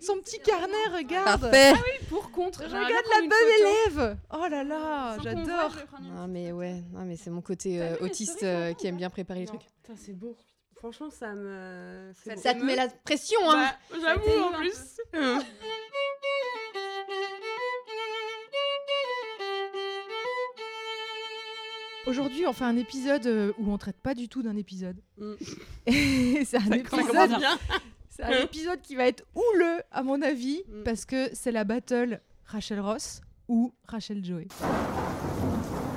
Son petit carnet, regarde. Parfait. Pour contre. Je j'aimerais Regarde bien la prendre une bonne élève. Oh là là, photo. Sans qu'on voit, j'adore. je vais prendre une Non petite mais photo. ouais, non mais c'est mon côté T'as euh, vu les autiste stories euh, avant qui aime ou bien préparer les Non. trucs. Putain, c'est beau. Franchement, ça me. c'est Ça beau. te- Ça te met la pression hein. Bah, J'avoue, t'émeut en un plus. Aujourd'hui, on fait un épisode euh, où on traite pas du tout d'un épisode. Mm. Et c'est un Ça épisode. commence bien. C'est un épisode qui va être houleux à mon avis Mm. parce que c'est la battle Rachel Ross ou Rachel Joey.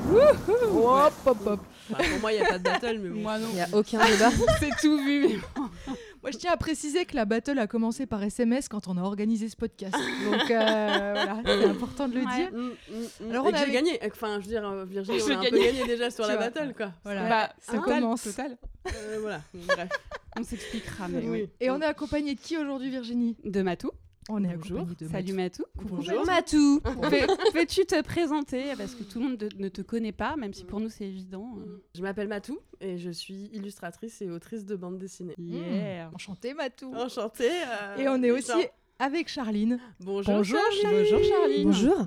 Hop, hop, hop. Enfin, pour moi, il n'y a pas de battle, mais bon. Moi non. Il y a aucun débat. C'est tout vu. Mais... Moi, je tiens à préciser que la battle a commencé par SMS quand on a organisé ce podcast. Donc euh, voilà, c'est important de le Ouais. dire. Mm, mm, mm. Alors, Et on que avait- j'ai gagné. Enfin, je veux dire, euh, Virginie, Je on a un peu gagnais. gagné déjà sur Tu la vois. battle, quoi. Voilà. Bah, ça total, commence. Total. Euh, voilà. Bref. On s'expliquera. Mais oui. Oui. Et on est accompagné de qui aujourd'hui, Virginie De Matou. On est Bonjour. accompagné de Salut Matou. Matou. Bonjour. Matou. Peux- Peux-tu te présenter Parce que tout le monde de- ne te connaît pas, même si pour nous c'est évident. euh. Je m'appelle Matou et je suis illustratrice et autrice de bande dessinée. Mm. Yeah. Enchantée, Matou. Enchantée. euh, Et on est aussi Jean. avec Charline. Bonjour. Bonjour, Charline. Bonjour Charline. Bonjour.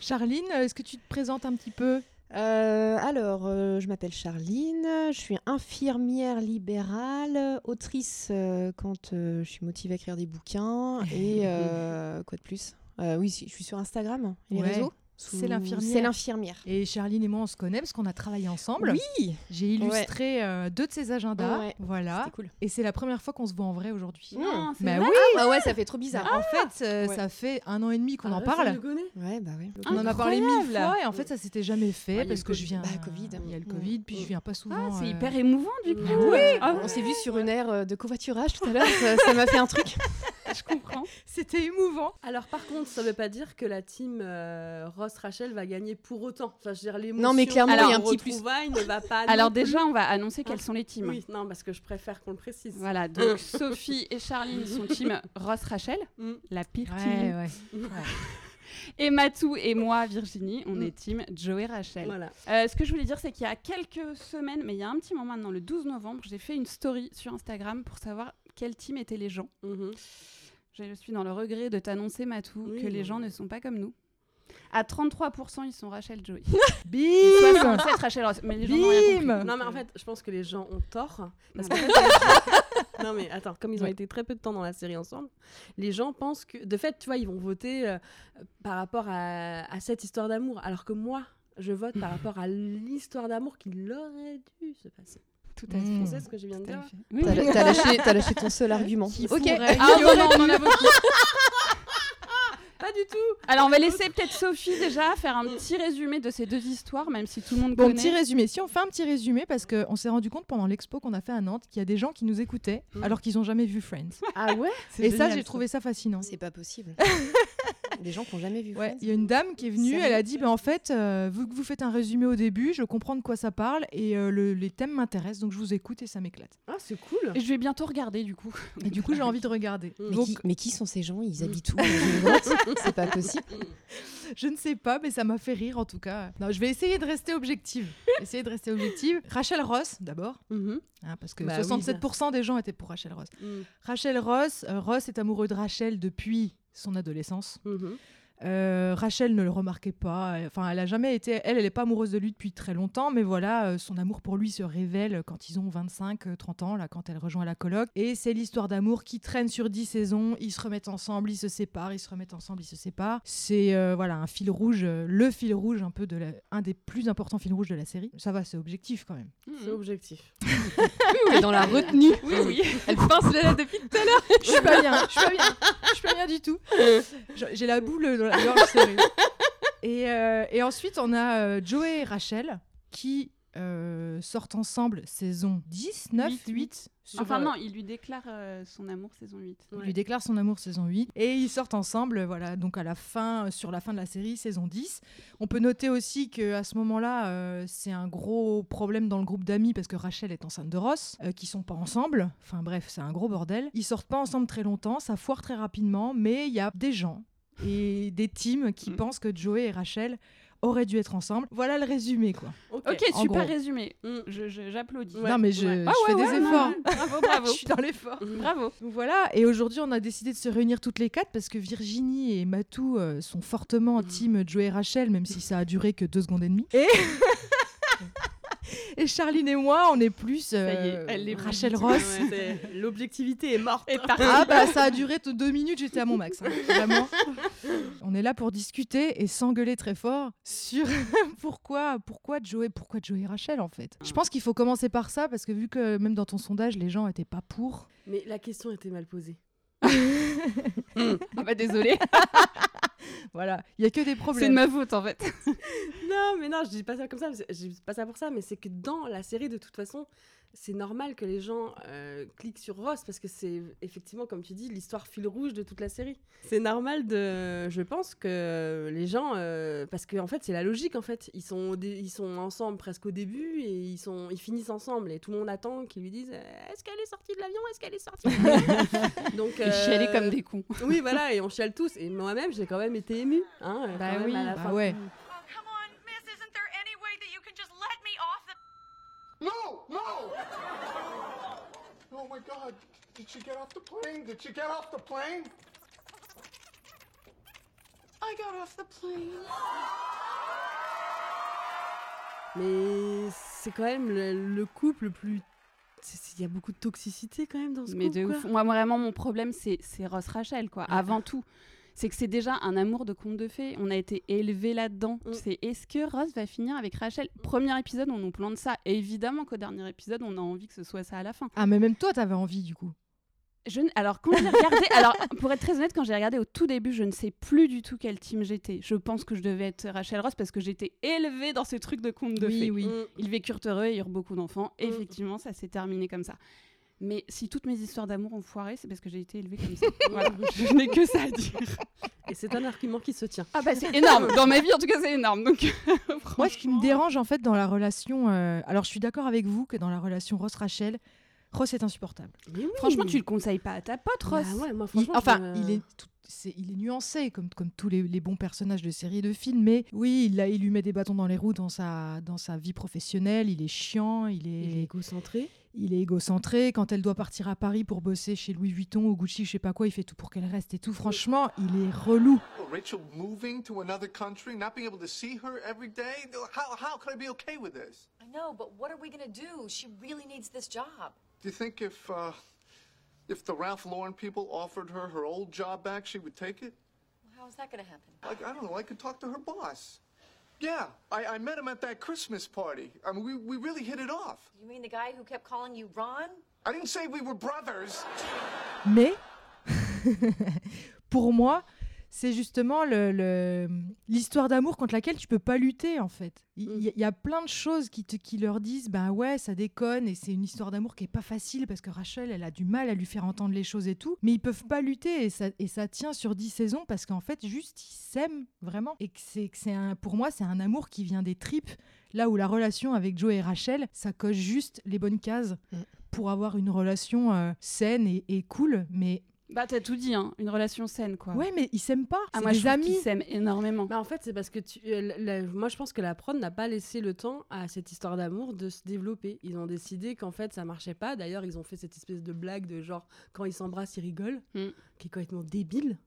Charline, est-ce que tu te présentes un petit peu Euh, alors, euh, je m'appelle Charline, je suis infirmière libérale, autrice euh, quand euh, je suis motivée à écrire des bouquins et euh, quoi de plus Euh, Oui, si, je suis sur Instagram, et les Ouais. réseaux. C'est sous- l'infirmière. C'est l'infirmière. Et Charline et moi, on se connaît parce qu'on a travaillé ensemble. Oui, J'ai illustré euh, deux de ses agendas. Ouais. Voilà. c'était cool. Et c'est la première fois qu'on se voit en vrai aujourd'hui. Non, c'est Bah vrai. oui, Ah ouais, ça fait trop bizarre. en fait, euh, Ouais. ça fait un an et demi qu'on Ah, en ça, parle. je connais. Ouais, bah ouais. Ah. On en a parlé mille Incroyable. fois et en fait, ça s'était jamais fait Ah, il y a parce le que je Covid. viens. Bah, Covid. Il y a le Mm. Covid, puis je viens pas souvent. Ah, c'est euh, hyper émouvant du coup. Bah ouais. Ah On s'est vu sur une aire euh, de covoiturage tout à l'heure, ça ça m'a fait un truc. je comprends. C'était émouvant. Alors par contre, ça veut pas dire que la team euh, Ross Rachel va gagner pour autant. Enfin, je veux dire, l'émotion. Non, mais clairement, de il y a un petit plus. retrouvailles ne va pas. Alors non plus. déjà, on va annoncer quelles sont les teams. Oui, non, parce que je préfère qu'on le précise. Voilà, donc Sophie et Charline sont team Ross Rachel, Mm. la pire Ouais, team. ouais. Et Matou et moi, Virginie, on Mm. est team Joey Rachel. Voilà. Euh, ce que je voulais dire, c'est qu'il y a quelques semaines, mais il y a un petit moment maintenant, le 12 novembre, j'ai fait une story sur Instagram pour savoir quelle team étaient les gens. Mhm. Je suis dans le regret de t'annoncer, Matou, Oui, que les non, gens mais- ne sont pas comme nous. À 33%, ils sont Rachel Joey. Bim 67 Rachel Ross. Mais les gens n'ont rien compris. Bim Non, mais en fait, je pense que les gens ont tort. Parce Voilà. que- non, mais attends, comme ils ont été très peu de temps dans la série ensemble, les gens pensent que. De fait, tu vois, ils vont voter euh, par rapport à, à cette histoire d'amour. Alors que moi, je vote par rapport à l'histoire d'amour qui aurait dû se passer. Tout à Mm. Vous fait. savez ce que je viens de Tout à dire fait. Oui. T'as t'as lâché, t'as lâché ton seul argument. Ok. Ah non, non, on en a beaucoup. Pas du tout Alors on va laisser peut-être Sophie déjà faire un petit résumé de ces deux histoires, même si tout le monde Bon, connaît. petit résumé. Si on fait un petit résumé, parce qu'on s'est rendu compte pendant l'expo qu'on a fait à Nantes qu'il y a des gens qui nous écoutaient Mm. alors qu'ils n'ont jamais vu Friends. Ah ouais Et ça, j'ai trouvé ça fascinant. C'est pas possible. Des gens qui ont jamais vu. Ouais, Friends. il y a une dame qui est venue, Sérieux elle a dit ben en fait, euh, vu que vous faites un résumé au début, je comprends de quoi ça parle et euh, le- les thèmes m'intéressent, donc je vous écoute et ça m'éclate. Ah, c'est cool Et je vais bientôt regarder du coup. Et du coup, j'ai envie de regarder. Mais Mm. Mais, Donc, qui, mais qui sont ces gens Ils habitent où dans une grotte C'est pas possible. je ne sais pas, mais ça m'a fait rire en tout cas. Non, je vais essayer de rester objective. essayer de rester objective. Rachel Ross, d'abord, Mhm. hein, parce que Bah oui, 67% des gens étaient pour Rachel Ross. Mhm. Rachel Ross, euh, Ross est amoureux de Rachel depuis son adolescence. Mhm. Euh, Rachel ne le remarquait pas. euh, Enfin, elle a jamais été. Elle, elle n'est pas amoureuse de lui depuis très longtemps, mais voilà, euh, son amour pour lui se révèle quand ils ont 25, euh, 30 ans, là, quand elle rejoint la coloc. Et c'est l'histoire d'amour qui traîne sur 10 saisons. Ils se remettent ensemble, ils se séparent, ils se remettent ensemble, ils se séparent. C'est euh, voilà un fil rouge, euh, le fil rouge un peu de la- un des plus importants fils rouges de la série. Ça va, c'est objectif quand même. C'est objectif. Et dans la retenue. Oui, oui. Elle pince la depuis. Je suis pas bien, je suis pas bien, je suis pas bien du tout. Je- J'ai la boule dans la gorge serrée. Et, euh, et ensuite, on a euh, Joey et Rachel qui euh, sortent ensemble saison 10, 9, Huit, 8. huit. sur, Enfin euh, non, il lui déclare euh, son amour saison il 8. Ouais. lui déclare son amour saison 8 et ils sortent ensemble voilà donc à la fin sur la fin de la série saison 10 on peut noter aussi que à ce moment-là euh, c'est un gros problème dans le groupe d'amis parce que Rachel est enceinte de Ross euh, qui sont pas ensemble enfin bref c'est un gros bordel ils sortent pas ensemble très longtemps ça foire très rapidement mais il y a des gens et des teams qui Mm. pensent que Joey et Rachel auraient dû être ensemble. Voilà le résumé, quoi. Ok. Euh, Ok, En super gros. résumé. Mm, je- je- J'applaudis. non, mais je, ouais. je fais des non, efforts. non. Bravo, bravo. je suis dans l'effort. Mm. Bravo. Donc voilà, et aujourd'hui on a décidé de se réunir toutes les quatre parce que Virginie et Matou euh, sont Mm. fortement team Joey et Rachel, même si ça a duré que deux secondes et demie. Et, et Charline et moi, on est plus Ça y est, euh, elle est Rachel Ouais, Ross. c'est- L'objectivité est morte. Et par Ah bah ça a duré t- deux minutes, j'étais à mon max, hein, vraiment. On est là pour discuter et s'engueuler très fort sur pourquoi, pourquoi Joey, pourquoi Joey et Rachel en fait. Je pense qu'il faut commencer par ça parce que vu que même dans ton sondage les gens étaient pas pour. Mais la question était mal posée. Ah bah désolé, Voilà, il y a que des problèmes. c'est de ma faute en fait. Non, mais non, je dis pas ça comme ça, je dis pas ça pour ça, mais c'est que dans la série, de toute façon, c'est normal que les gens euh, cliquent sur Ross parce que c'est effectivement, comme tu dis, l'histoire fil rouge de toute la série. C'est normal de, je pense que les gens, euh, parce que en fait, c'est la logique en fait. Ils sont, au dé- ils sont ensemble presque au début et ils sont, ils finissent ensemble et tout le monde attend qu'ils lui disent, euh, est-ce qu'elle est sortie de l'avion, est-ce qu'elle est sortie. De l'avion Donc, Et chialer euh, comme des cons. Oui, voilà, et on chiale tous. Et moi-même, j'ai quand même été émue. Hein, Bah quand même, oui, à la bah fin. ouais. Oh, come on, miss, isn't there any way that you can just let me off the No, no! Oh my god, did she get off the plane? Did she get off the plane? I got off the plane. Mais c'est quand même le, le couple le plus. c'est- c'est- Il y a beaucoup de toxicité quand même dans ce Mais couple. de quoi. ouf. Moi, vraiment, mon problème, c'est c'est Ross Rachel, quoi. Avant tout. C'est que c'est déjà un amour de conte de fées. On a été élevés là-dedans. Mm. C'est est-ce que Ross va finir avec Rachel Premier épisode, on nous plante ça. Et évidemment qu'au dernier épisode, on a envie que ce soit ça à la fin. Ah, mais même toi, t'avais envie du coup. Je ne- Alors, quand j'ai regardé, alors, pour être très honnête, quand j'ai regardé au tout début, je ne sais plus du tout quel team j'étais. Je pense que je devais être Rachel Ross parce que j'étais élevée dans ce truc de conte de fées. oui. Mm. Ils vécurent heureux et eurent beaucoup d'enfants. Effectivement, ça s'est terminé comme ça. Mais si toutes mes histoires d'amour ont foiré, c'est parce que j'ai été élevée comme ça. Voilà. Je n'ai que ça à dire. Et c'est un argument qui se tient. Ah bah c'est énorme. Dans ma vie, en tout cas, c'est énorme. Donc, Moi, ce qui me dérange en fait dans la relation. euh, Alors, je suis d'accord avec vous que dans la relation Ross-Rachel, Ross est insupportable. Mais oui. franchement, tu le conseilles pas à ta pote, Bah Ross. ouais, moi, Il- franchement, enfin, je- il est, tout- c'est- il est nuancé comme, comme tous les, les bons personnages de séries et de films, mais oui, il, a- il lui met des bâtons dans les roues dans sa, dans sa vie professionnelle. Il est chiant, il Il est est, égocentré. il est égocentré. Quand elle doit partir à Paris pour bosser chez Louis Vuitton ou Gucci, je sais pas quoi, il fait tout pour qu'elle reste et tout. Franchement, il est relou. Rachel moving to another country, not being able to see her every day? How, how could I be okay with this? I know, but what are we gonna do? She really needs this job. Do you think if, uh, if the Ralph Lauren people offered her her old job back, she would take it? How is that gonna happen? Like, I don't know, I could talk to her boss. Yeah, I, I met him at that Christmas party. I mean, we, we really hit it off. You mean the guy who kept calling you Ron? I didn't say we were brothers. Mais pour moi, c'est justement le- le- l'histoire d'amour contre laquelle tu peux pas lutter en fait. Il il y, a- il y a plein de choses qui, te, qui leur disent bah ouais ça déconne et c'est une histoire d'amour qui est pas facile parce que Rachel elle a du mal à lui faire entendre les choses et tout, mais ils peuvent pas lutter et ça, et ça tient sur 10 saisons parce qu'en fait juste ils s'aiment vraiment et que c'est que c'est un pour moi c'est un amour qui vient des tripes là où la relation avec Joe et Rachel ça coche juste les bonnes cases Mm. pour avoir une relation euh, saine et- et cool mais Bah t'as tout dit, hein. Une relation saine, quoi. Ouais, mais ils s'aiment pas. Ah, c'est moi, je des trouve qu'ils amis. s'aiment énormément. Bah, en fait, c'est parce que tu, euh, la- la- moi, je pense que la prod n'a pas laissé le temps à cette histoire d'amour de se développer. Ils ont décidé qu'en fait, ça marchait pas. D'ailleurs, ils ont fait cette espèce de blague de genre quand ils s'embrassent, ils rigolent, Mm. qui est complètement débile.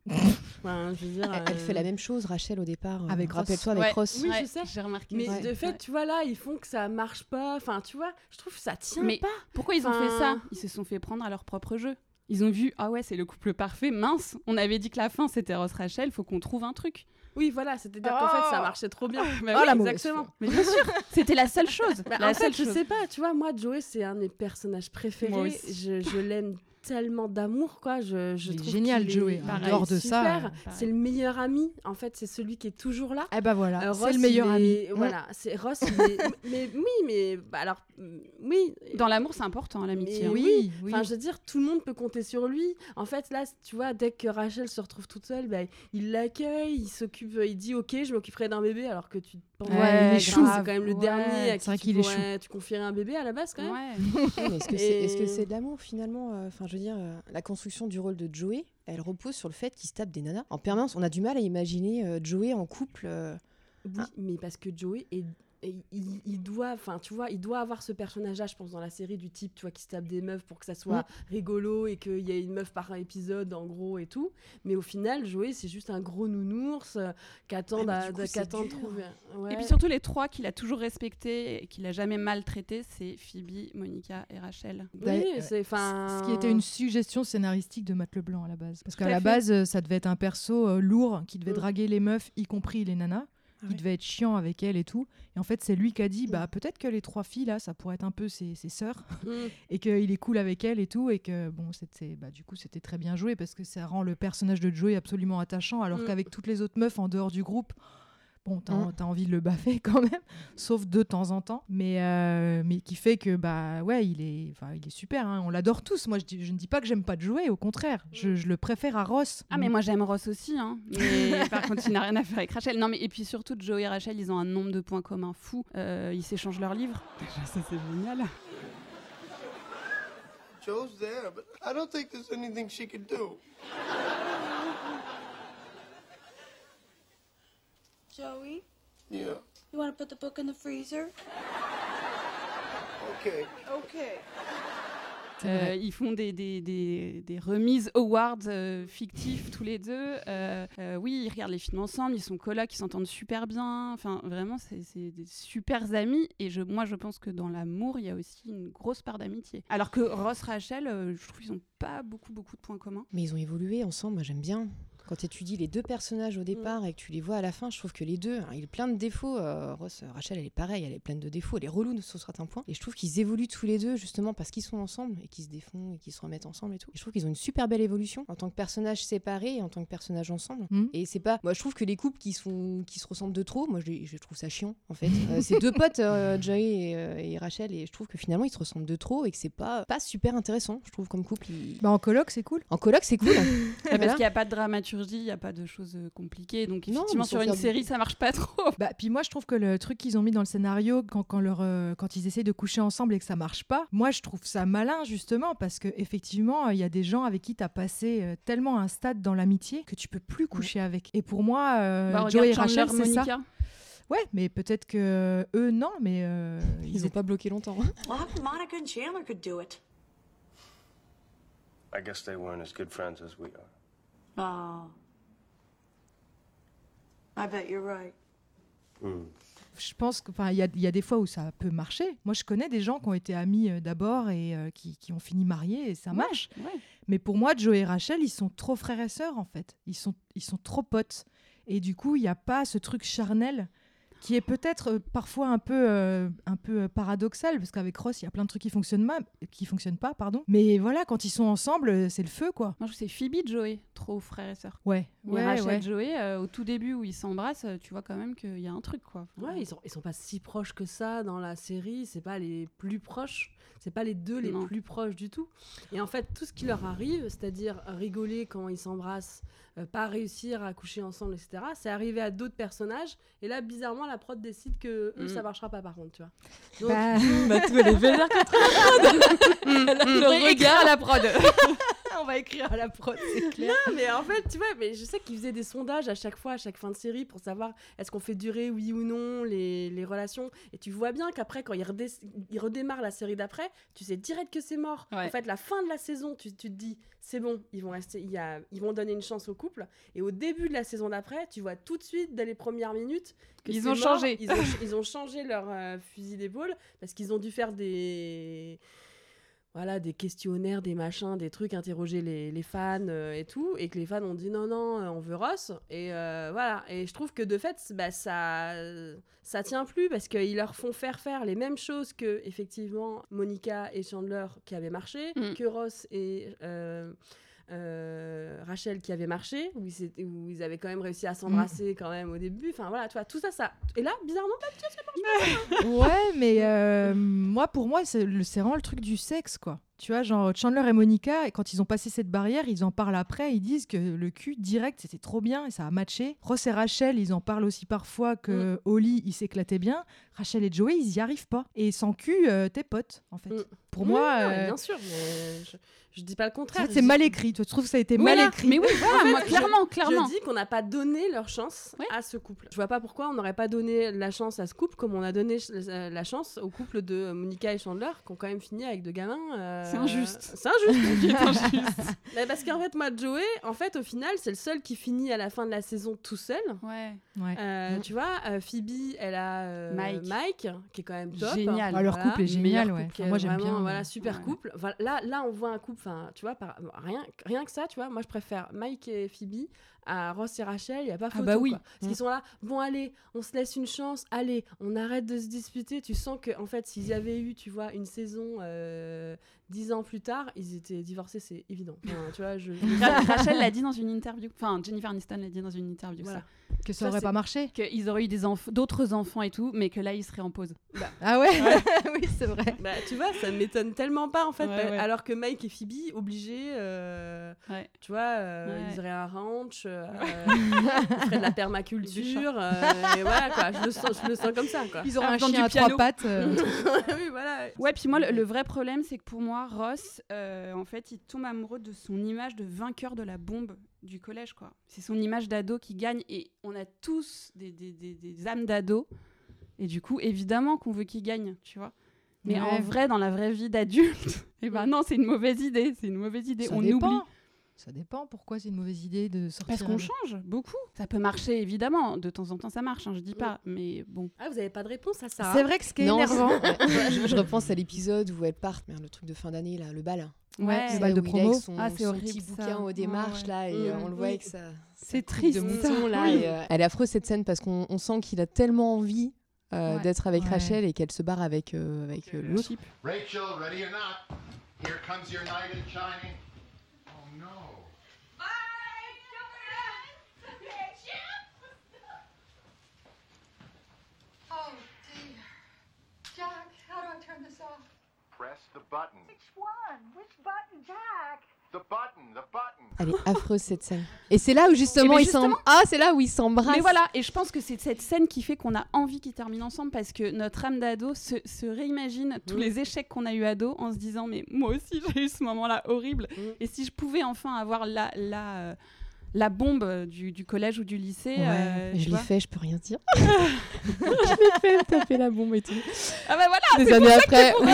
Enfin, je veux dire, Elle, elle euh, fait la même chose, Rachel, au départ. Avec Avec Ross. rappelle-toi avec Ouais. Ross. Oui, Ouais, je sais. J'ai remarqué. Mais ça. de fait, Ouais. tu vois là, ils font que ça marche pas. Enfin, tu vois, je trouve que ça tient Mais pas. pourquoi ils ont fait ça Enfin- Ils se sont fait prendre à leur propre jeu. Ils ont vu, ah ouais, c'est le couple parfait, mince, on avait dit que la fin c'était Ross Rachel, faut qu'on trouve un truc. Oui, voilà, c'est-à-dire qu'en fait, ça marchait trop bien. Bah Oh, Oui, la mauvaise exactement. Bah Mais bien sûr, c'était la seule chose. Bah, la en seule fait, je chose. sais pas, tu vois, moi, Joey, c'est un de mes personnages Moi préférés. aussi. Je, je l'aime tellement d'amour, quoi. Je, je Il est trouve génial, qu'il Joey, est- hein. il est Hors de ça, super. euh, C'est le meilleur ami. En fait, c'est celui qui est toujours là. Eh ben voilà, Euh, c'est Ross, le meilleur il ami. est- Voilà, c'est Ross. il est- mais oui, mais bah, alors, mm, oui. Dans l'amour, c'est important, l'amitié. Mais hein. Oui, oui. Enfin, je veux dire, tout le monde peut compter sur lui. En fait, là, tu vois, dès que Rachel se retrouve toute seule, bah, il l'accueille, il s'occupe, euh, il dit Ok, je m'occuperai d'un bébé, alors que tu penses Ouais, ouais, il grave, est c'est chou. quand même le Ouais, dernier à c'est vrai qui qu'il tu, est pourrais- tu confierais un bébé à la base, quand même. Ouais. Ouais, mais Est-ce que Et- c'est est-ce que c'est de l'amour finalement euh, Enfin, je veux dire, euh, la construction du rôle de Joey, elle repose sur le fait qu'il se tape des nanas en permanence. On a du mal à imaginer euh, Joey en couple. euh, Oui, mais parce que Joey est et il, il doit, enfin, tu vois, il doit avoir ce personnage-là, je pense, dans la série du type, tu vois, qui se tape des meufs pour que ça soit rigolo et qu'il y ait une meuf par épisode, en gros, et tout. Mais au final, Joey, c'est juste un gros nounours euh, qui attend Ouais, mais d'a- du coup, d'a- c'est qu'attend de dur. trouver. un- ouais. Et puis surtout, les trois qu'il a toujours respectés et qu'il a jamais maltraités, c'est Phoebe, Monica et Rachel. oui, c'est enfin. euh, Ce qui était une suggestion scénaristique de Matt Leblanc à la base. Parce qu'à à la fait. base, euh, ça devait être un perso euh, lourd qui devait Mm. draguer les meufs, y compris les nanas. Ah Il ouais. devait être chiant avec elles et tout. Et en fait, c'est lui qui a dit Mm. bah, peut-être que les trois filles, là, ça pourrait être un peu ses, ses sœurs. Mm. et qu'il est cool avec elles et tout. Et que, bon, c'était, bah, du coup, c'était très bien joué parce que ça rend le personnage de Joey absolument attachant. Alors Mm. qu'avec toutes les autres meufs en dehors du groupe, bon, t'as Mm. t'as envie de le baffer quand même sauf de temps en temps, mais, euh, mais qui fait que bah ouais, il est, enfin, il est super. hein, On l'adore tous. Moi, je, dis- je ne dis pas que j'aime pas de jouer, au contraire, je, je le préfère à Ross. Mm. Ah, mais moi j'aime Ross aussi, hein. Mais par contre, il n'a rien à faire avec Rachel. Non, mais et puis surtout, Joey et Rachel, ils ont un nombre de points communs fou. Euh, ils s'échangent leurs livres. Déjà, ça c'est génial. Joe's there, but I don't think there's anything she could do. Joey, Yeah. you want to put the book in the freezer? Okay. Okay. C'est Euh, vrai. ils font des, des, des, des remises awards euh, fictifs tous les deux. Euh, euh, oui, ils regardent les films ensemble, ils sont colocs, ils s'entendent super bien. Enfin, vraiment, c'est c'est des super amis. Et je, moi, je pense que dans l'amour, il y a aussi une grosse part d'amitié. Alors que Ross, Rachel, euh, je trouve qu'ils n'ont pas beaucoup, beaucoup de points communs. Mais ils ont évolué ensemble, moi j'aime bien. Quand tu étudies les deux personnages au départ et que tu les vois à la fin, je trouve que les deux, hein, il a plein de défauts. euh, Ross, euh, Rachel, elle est pareille, elle est pleine de défauts, elle est relou sur certains points. Et je trouve qu'ils évoluent tous les deux justement parce qu'ils sont ensemble et qu'ils se défont et qu'ils se remettent ensemble et tout. Et je trouve qu'ils ont une super belle évolution en tant que personnages séparés et en tant que personnages ensemble. Mhm. Et c'est pas. Moi je trouve que les couples qui, sont... qui se ressemblent de trop, moi je, les- je trouve ça chiant en fait. Euh, c'est deux potes, euh, Joey et, euh, et Rachel, et je trouve que finalement ils se ressemblent de trop et que c'est pas, pas super intéressant, je trouve, comme couple. Ils- Bah, en coloc, c'est cool. En coloc, c'est cool. Ah, Ah, Parce Voilà. qu'il n'y a pas de dramaturgie, il n'y a pas de choses euh, compliquées. Donc, Non, effectivement, mais sur faut une faire du- série, ça marche pas trop. Bah, puis moi, je trouve que le truc qu'ils ont mis dans le scénario, quand, quand, leur, euh, quand ils essaient de coucher ensemble et que ça marche pas, moi, je trouve ça malin, justement, parce que effectivement, il y a des gens avec qui tu as passé euh, tellement un stade dans l'amitié que tu peux plus coucher avec. Et pour moi, euh, Bah, Joey et regarde Chandler, Rachel, c'est ça. Monica. Ouais, mais peut-être que eux, non, mais euh, Ils ils n'ont pas bloqué longtemps. hein. Well, how come Monica and Chandler could do it? I guess they weren't as good friends as we are. Oh. I bet you're right. je pense que, enfin, il y a, il y a des fois où ça peut marcher. Moi, je connais des gens qui ont été amis euh, d'abord et euh, qui, qui ont fini mariés et ça marche. ouais. Mais pour moi, Joe et Rachel, ils sont trop frères et sœurs en fait. Ils sont, ils sont trop potes. Et du coup, il n'y a pas ce truc charnel qui est peut-être euh, parfois un peu, euh, un peu euh, paradoxal parce qu'avec Ross, il y a plein de trucs qui fonctionnent pas, qui fonctionnent pas, pardon. Mais voilà, quand ils sont ensemble, euh, c'est le feu, quoi. Moi, je trouve que c'est Phoebe, Joey, trop frère et sœur. Ouais, Ouais, ouais, Rachel ouais. Joey, euh, au tout début où ils s'embrassent, euh, tu vois quand même qu'il y a un truc quoi. Enfin, Ouais, ils sont, ils sont pas si proches que ça dans la série. C'est pas les plus proches. C'est pas les deux les Non. plus proches du tout. Et en fait, tout ce qui leur arrive, c'est-à-dire rigoler quand ils s'embrassent, euh, pas réussir à coucher ensemble, etc., c'est arrivé à d'autres personnages. Et là, bizarrement, la prod décide que eux, Mm. ça marchera pas par contre, tu vois. Donc, Bah, le regard à la prod. on va écrire à la prod, c'est clair. Non, mais en fait, tu vois, mais je sais qu'ils faisaient des sondages à chaque fois, à chaque fin de série, pour savoir est-ce qu'on fait durer, oui ou non, les, les relations. Et tu vois bien qu'après, quand ils, redé- ils redémarrent la série d'après, tu sais direct que c'est mort. Ouais. En fait, la fin de la saison, tu, tu te dis, c'est bon, ils vont, rester, il y a- ils vont donner une chance au couple. Et au début de la saison d'après, tu vois tout de suite, dès les premières minutes, que Ils c'est ont mort. changé. Ils ont, ils ont changé leur euh, fusil d'épaule parce qu'ils ont dû faire des voilà, des questionnaires, des machins, des trucs, interroger les, les fans euh, et tout, et que les fans ont dit non, non, euh, on veut Ross, et euh, voilà. Et je trouve que de fait, c- bah, ça, ça tient plus parce qu'ils leur font faire faire les mêmes choses que, effectivement, Monica et Chandler qui avaient marché, Mm. que Ross et. euh, euh, Rachel qui avait marché, où ils, étaient- où ils avaient quand même réussi à s'embrasser Mm. quand même au début. Enfin voilà, tu vois, tout ça, ça. Et là, bizarrement, Ouais, mais euh, moi, pour moi, c'est le- c'est vraiment le truc du sexe, quoi. Tu vois, genre Chandler et Monica, quand ils ont passé cette barrière, ils en parlent après, ils disent que le cul direct, c'était trop bien et ça a matché. Ross et Rachel, ils en parlent aussi parfois Mm. que Holly, ils s'éclataient bien. Rachel et Joey, ils y arrivent pas. Et sans cul, euh, t'es potes, en fait. Mm. Pour Oui, moi, oui, non, mais euh, bien sûr, mais je, Je dis pas le En contraire. fait, c'est je- mal écrit. Tu trouves que ça a été Voilà. mal écrit Mais oui, voilà, moi, Ah, je- clairement, clairement. Je dis qu'on n'a pas donné leur chance Ouais. à ce couple. Je vois pas pourquoi on n'aurait pas donné la chance à ce couple comme on a donné ch- euh, la chance au couple de euh, Monica et Chandler qui ont quand même fini avec deux gamins. euh, C'est injuste. C'est injuste. Qui est injuste. Mais parce qu'en fait, moi, Joey, en fait, au final, c'est le seul qui finit à la fin de la saison tout seul. Ouais. Ouais. Euh, Mm. Tu vois, euh, Phoebe, elle a euh, Mike. qui est quand même top. Génial. Ah, leur Voilà. couple est Meilleur génial, ouais. couple Enfin, qu'il y a, moi, j'aime vraiment, bien. euh, Voilà, mais- super Ouais. couple. Enfin, là, là, on voit un couple. Enfin, tu vois, par- bon, rien, rien que ça, tu vois. Moi, je préfère Mike et Phoebe à Ross et Rachel. Il y a Ah pas photo. bah oui. quoi. Parce Mm. qu'ils sont là. Bon, allez, on se laisse une chance. Allez, on arrête de se disputer. Tu sens que, en fait, s'ils avaient eu, tu vois, une saison euh, dix ans plus tard, ils étaient divorcés. C'est évident. Enfin, tu vois, je. Ra- Rachel l'a dit dans une interview, enfin Jennifer Aniston l'a dit dans une interview, Voilà. ça. Que ça ça, aurait c'est- pas marché. Qu'ils auraient eu des enf- d'autres enfants et tout, mais que là ils seraient en pause. Ah ouais, Oui, c'est vrai. Bah, tu vois, ça ne m'étonne tellement pas en fait. Ouais, bah, ouais. Alors que Mike et Phoebe, obligés, euh, Ouais. tu vois, euh, Ouais. ils auraient un ranch, euh, ils feraient de la permaculture, euh, et voilà quoi. Je le sens, je le sens comme ça quoi. Ils auraient Ah, un dans chien du à piano. trois pattes. euh, oui, voilà. Ouais, puis moi le, le vrai problème c'est que pour moi Ross, euh, en fait, il tombe amoureux de son image de vainqueur de la bombe du collège quoi. C'est son image d'ado qui gagne et on a tous des, des- des- des âmes d'ado et du coup évidemment qu'on veut qu'il gagne, tu vois. Mais Ouais. en vrai, dans la vraie vie d'adulte, eh ben non, c'est une mauvaise idée, c'est une mauvaise idée. ça on dépend. oublie. Ça dépend. Pourquoi c'est une mauvaise idée de sortir Parce qu'on change beaucoup. Ça peut marcher, évidemment. De temps en temps, ça marche, hein, je dis pas. Mm. Mais bon. Ah, vous avez pas de réponse à ça. C'est vrai que ce qui est Non, énervant. c'est- ouais. je, je repense à l'épisode où elles partent, merde, le truc de fin d'année là, le bal. Ouais, C'est le bal là de où il a promo. avec son, Eh. Ah, c'est son horrible, petit ça. bouquin aux Ouais, démarches ouais. là, et euh, Mm. on le voit Oui. avec sa, C'est de triste. mouton là. et, euh, elle est affreuse cette scène parce qu'on on sent qu'il a tellement envie euh, Ouais. d'être avec Ouais. Rachel et qu'elle se barre avec euh, avec euh, l'autre. Rachel, ready or not, here comes your knight in shining. Oh no. Oh dear. Jack, how do I turn this off? Press the button. One. Which button, Jack? The button, the button. Elle est affreuse cette scène. Et c'est là où justement Eh ben, ils s'em- justement. ah c'est là où ils s'embrassent. Mais voilà, et je pense que c'est cette scène qui fait qu'on a envie qu'ils terminent ensemble parce que notre âme d'ado se, se réimagine tous Mm. les échecs qu'on a eu ado en se disant mais moi aussi j'ai eu ce moment-là horrible Mm. et si je pouvais enfin avoir la la, euh, la bombe euh, du, du collège ou du lycée, Ouais, euh, tu je l'ai vois. fait, je peux rien dire. je l'ai fait, taper la bombe et tout. Ah bah voilà, Des années après. Ouais,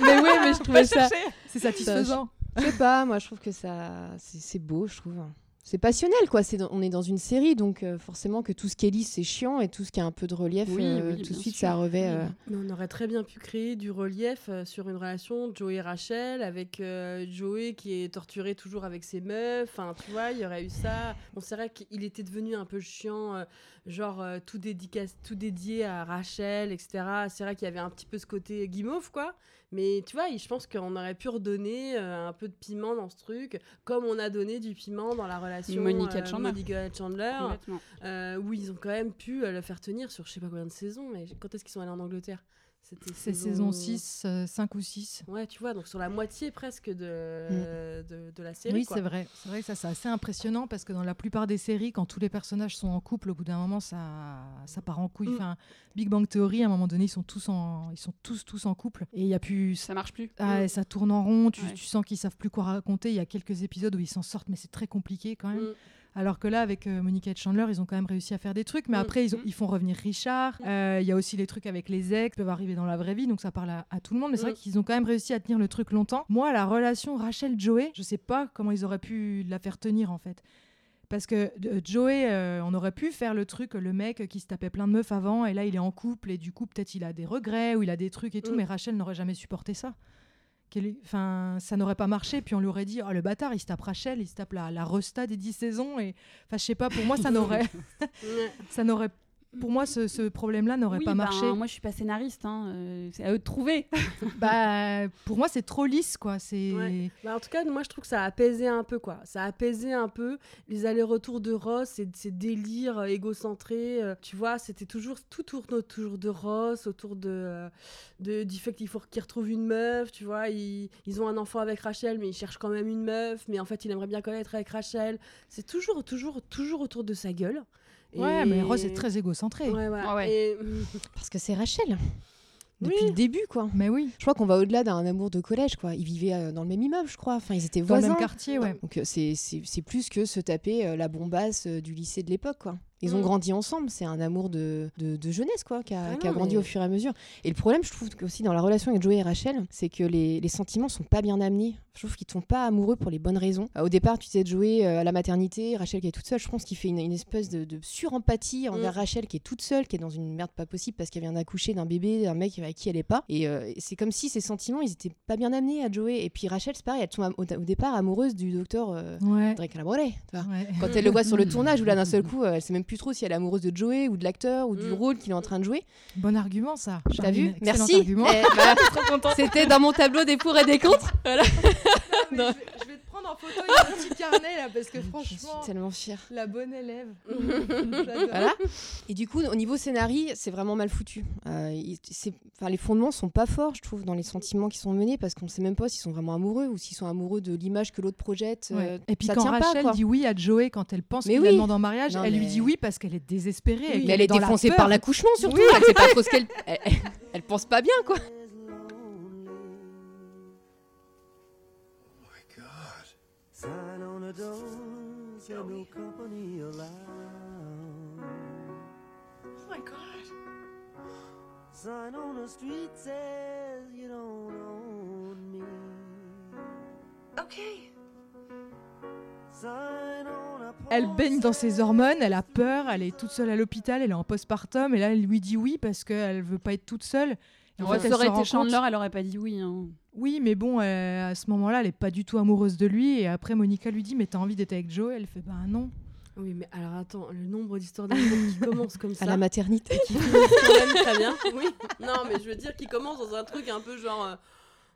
mais ouais, mais je trouvais ça. C'est satisfaisant. Je sais pas, moi je trouve que ça, c'est c'est beau, je trouve. C'est passionnel, quoi. C'est dans- on est dans une série, donc euh, forcément que tout ce qui est lisse, c'est chiant, et tout ce qui a un peu de relief, Oui, euh, oui, tout de bien suite, sûr. ça revêt. euh, Mais on aurait très bien pu créer du relief euh, sur une relation Joey et Rachel avec euh, Joey qui est torturé toujours avec ses meufs. Enfin, tu vois, il y aurait eu ça. On serait qu'il était devenu un peu chiant, euh, genre euh, tout, dédicace, tout dédié à Rachel, etc. C'est vrai qu'il y avait un petit peu ce côté guimauve, quoi. Mais tu vois, il- je pense qu'on aurait pu redonner euh, un peu de piment dans ce truc, comme on a donné du piment dans la relation Monica euh, Chandler. Monica Chandler, Complètement. euh, où ils ont quand même pu euh, le faire tenir sur je sais pas combien de saisons, mais quand est-ce qu'ils sont allés en Angleterre C'était C'est saison 6, 5 euh, ou 6. Ouais, tu vois, donc sur la moitié presque de, de, de la série. Mm. Oui, quoi. c'est vrai. C'est vrai que ça, c'est assez impressionnant parce que dans la plupart des séries, quand tous les personnages sont en couple, au bout d'un moment, ça, ça part en couille. Mm. Enfin, Big Bang Theory, à un moment donné, ils sont tous en, ils sont tous, tous en couple. Et il y a plus. Ça marche plus. Ah, et ça tourne en rond, tu, Ouais. tu sens qu'ils savent plus quoi raconter. Il y a quelques épisodes où ils s'en sortent, mais c'est très compliqué quand même. Mm. Alors que là, avec euh, Monica et Chandler, ils ont quand même réussi à faire des trucs, mais Mm. après, ils, ont- Mm. ils font revenir Richard. Euh, Il y a aussi les trucs avec les ex qui peuvent arriver dans la vraie vie, donc ça parle à, à tout le monde. Mais c'est Mm. vrai qu'ils ont quand même réussi à tenir le truc longtemps. Moi, la relation Rachel-Joey, je sais pas comment ils auraient pu la faire tenir en fait. Parce que euh, Joey, euh, on aurait pu faire le truc, euh, le mec qui se tapait plein de meufs avant, et là il est en couple, et du coup peut-être il a des regrets, ou il a des trucs et tout, Mm. mais Rachel n'aurait jamais supporté ça. Qu'elle- Enfin, ça n'aurait pas marché, puis on lui aurait dit, oh le bâtard, il se tape Rachel, il se tape la, la resta des 10 saisons, et enfin je sais pas, pour moi ça n'aurait, Ouais. ça n'aurait, pour moi ce, ce problème-là n'aurait Oui, pas ben, marché. Moi je suis pas scénariste, hein, euh, c'est à eux de trouver. Bah, pour moi c'est trop lisse quoi, c'est. Ouais. Bah, en tout cas, moi je trouve que ça a apaisé un peu quoi. Ça a apaisé un peu les allers-retours de Ross et de ses délires euh, égocentrés. euh, tu vois, c'était toujours tout tourne autour de Ross, autour de, euh, de- du fait qu'il faut qu'il retrouve une meuf. Tu vois, ils, ils ont un enfant avec Rachel, mais ils cherchent quand même une meuf. Mais en fait, il aimerait bien connaître avec Rachel. C'est toujours, toujours, toujours autour de sa gueule. Ouais, mais Ross Et- est très égocentré. Ouais, ouais. Ah ouais. Et- Parce que c'est Rachel. Oui. depuis le début, quoi. Mais oui, Je crois qu'on va au-delà d'un amour de collège, quoi. Ils vivaient euh, dans le même immeuble, je crois. Enfin, ils étaient dans le voisins. même quartier, ouais. Donc euh, c'est- c'est c'est plus que se taper euh, la bombasse euh, du lycée de l'époque, quoi. Ils ont Mm. grandi ensemble, c'est un amour de, de, de jeunesse, quoi, qui a, Ah qui a non, grandi mais- au fur et à mesure. Et le problème, je trouve que aussi dans la relation avec Joey et Rachel, c'est que les, les sentiments sont pas bien amenés. Je trouve qu'ils tombent pas amoureux pour les bonnes raisons. Euh, Au départ, tu disais de Joey euh, à la maternité, Rachel qui est toute seule, je pense qu'il fait une, une espèce de, de surempathie envers Mm. Rachel qui est toute seule, qui est dans une merde pas possible parce qu'elle vient d'accoucher d'un bébé, d'un mec avec qui elle est pas. Et euh, c'est comme si ses sentiments, ils étaient pas bien amenés à Joey. Et puis Rachel, c'est pareil, elle tombe am- au, au départ amoureuse du docteur euh, Ouais. Drake Lamoureux, tu vois. ouais. Quand elle le voit sur Mm. le tournage, où là d'un seul coup, euh, elle sait même plus trop si elle est amoureuse de Joey ou de l'acteur ou du Mm. rôle qu'il est en train de jouer. Bon argument, ça. T'as Charline, vu excellent Merci. argument. Eh, voilà. C'était dans mon tableau des pour et des contre. Voilà. Mais je, vais, je vais te prendre en photo il y a un petit carnet là parce que Je suis franchement, tellement fière. la bonne élève. J'adore. Voilà. Et du coup, au niveau scénario, c'est vraiment mal foutu. Euh, il- c'est- enfin, les fondements sont pas forts, je trouve, dans les sentiments qui sont menés, parce qu'on sait même pas s'ils sont vraiment amoureux ou s'ils sont amoureux de l'image que l'autre projette. euh, Et puis ça quand tient pas, Rachel quoi. dit oui à Joey quand elle pense Mais qu'il oui. la demande en mariage, Non, elle lui mais- dit oui parce qu'elle est désespérée. et mais qu'elle elle est est dans défoncée la par peur. l'accouchement surtout. Elle sait pas trop ce qu'elle. Elle, elle- elle pense pas bien, quoi. Oh Sign on the door, say no company allowed. Oh my god. Sign on the street says you don't own me. Okay. Sign on a Elle porch baigne dans says ses hormones, elle a peur, elle est toute seule à l'hôpital, elle est en postpartum et là elle lui dit oui parce qu'elle veut pas être toute seule. Et en fait, elle ça aurait se rend été Chandler, compte- elle aurait pas dit oui. hein. Oui, mais bon, euh, à ce moment-là, elle est pas du tout amoureuse de lui. Et après, Monica lui dit Mais t'as envie d'être avec Joey Elle fait Bah non. Oui, mais alors attends, le nombre d'histoires d'amour qui commencent comme ça. À la maternité. quand même très bien. Oui. Non, mais je veux dire qu'il commence dans un truc un peu genre. euh,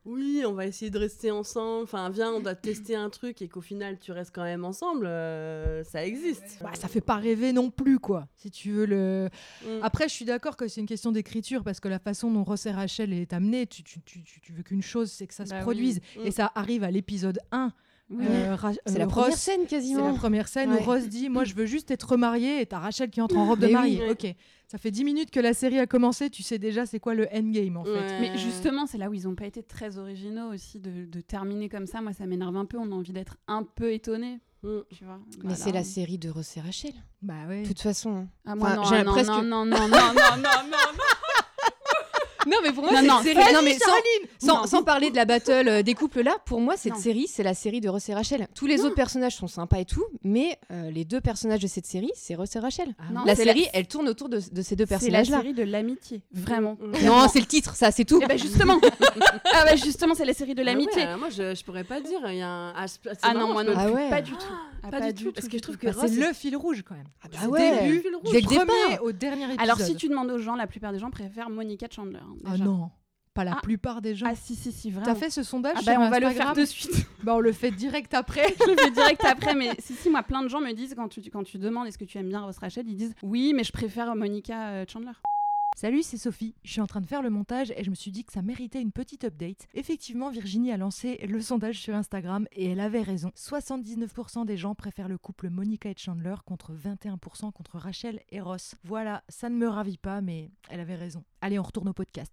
oui, on va essayer de rester ensemble. Enfin, viens, on doit tester un truc et qu'au final, tu restes quand même ensemble. euh, ça existe. Bah, ça fait pas rêver non plus, quoi. Si tu veux le. Mm. Après, je suis d'accord que c'est une question d'écriture parce que la façon dont Ross et Rachel est amenée, tu, tu, tu, tu- tu veux qu'une chose, c'est que ça Bah se oui. produise. Mm. Et ça arrive à l'épisode 1. Oui. Euh, Ra- C'est euh, la première Ross- scène C'est la quasiment. première scène où Ouais. Rose dit Moi, je veux juste être remariée et t'as Rachel qui entre en robe de Mais oui. mariée. Ouais. Ok. Ça fait 10 minutes que la série a commencé, tu sais déjà c'est quoi le endgame en fait. Ouais. Mais justement, c'est là où ils n'ont pas été très originaux aussi de, de terminer comme ça. Moi, ça m'énerve un peu. On a envie d'être un peu étonné, Mm. tu vois. Bah Mais c'est la série de Ross et Rachel. Bah ouais. De toute façon. hein. Ah, moi, Enfin, non, j'ai ah, non, presque- non, non, non, non, non, non, non. Non, mais pour Non, moi, c'est non, une série. Non, mais sans, sans, Non. sans parler de la battle euh, des couples là, pour moi, cette Non. série, c'est la série de Ross et Rachel. Tous les autres personnages sont sympas et tout, mais euh, les deux personnages de cette série, c'est Ross et Rachel. Ah, Non, la c'est série, elle tourne autour de, de ces C'est deux la personnages-là. série de l'amitié, vraiment. Mm. Non, c'est le titre, ça, c'est tout. Eh ben justement, ah bah justement, c'est la série de Ah ouais, l'amitié. alors moi, je, je pourrais pas dire. Il y a un. Ah, c'est- c'est Ah marrant, non, moi je peux- non Ah plus, ouais. pas du tout. Ah, Pas, du tout. Parce que je trouve que Bah, Ross, c'est le fil rouge quand même. Ah bah Du ouais. début, Fil rouge. Dès du le départ. premier au dernier épisode. Alors si tu demandes aux gens, la plupart des gens préfèrent Monica Chandler. hein, Ah déjà. non, pas la Ah. plupart des gens. Ah si si si vraiment. T'as fait ce sondage Ah sur bah on va le Instagram faire de suite. Bah on le fait direct après. je le fais direct après. Mais si si moi plein de gens me disent quand tu quand tu demandes est-ce que tu aimes bien Ross Rachel, ils disent oui mais je préfère Monica euh, Chandler. Salut, c'est Sophie. Je suis en train de faire le montage et je me suis dit que ça méritait une petite update. Effectivement, Virginie a lancé le sondage sur Instagram et elle avait raison. 79% des gens préfèrent le couple Monica et Chandler contre 21% contre Rachel et Ross. Voilà, ça ne me ravit pas, mais elle avait raison. Allez, on retourne au podcast.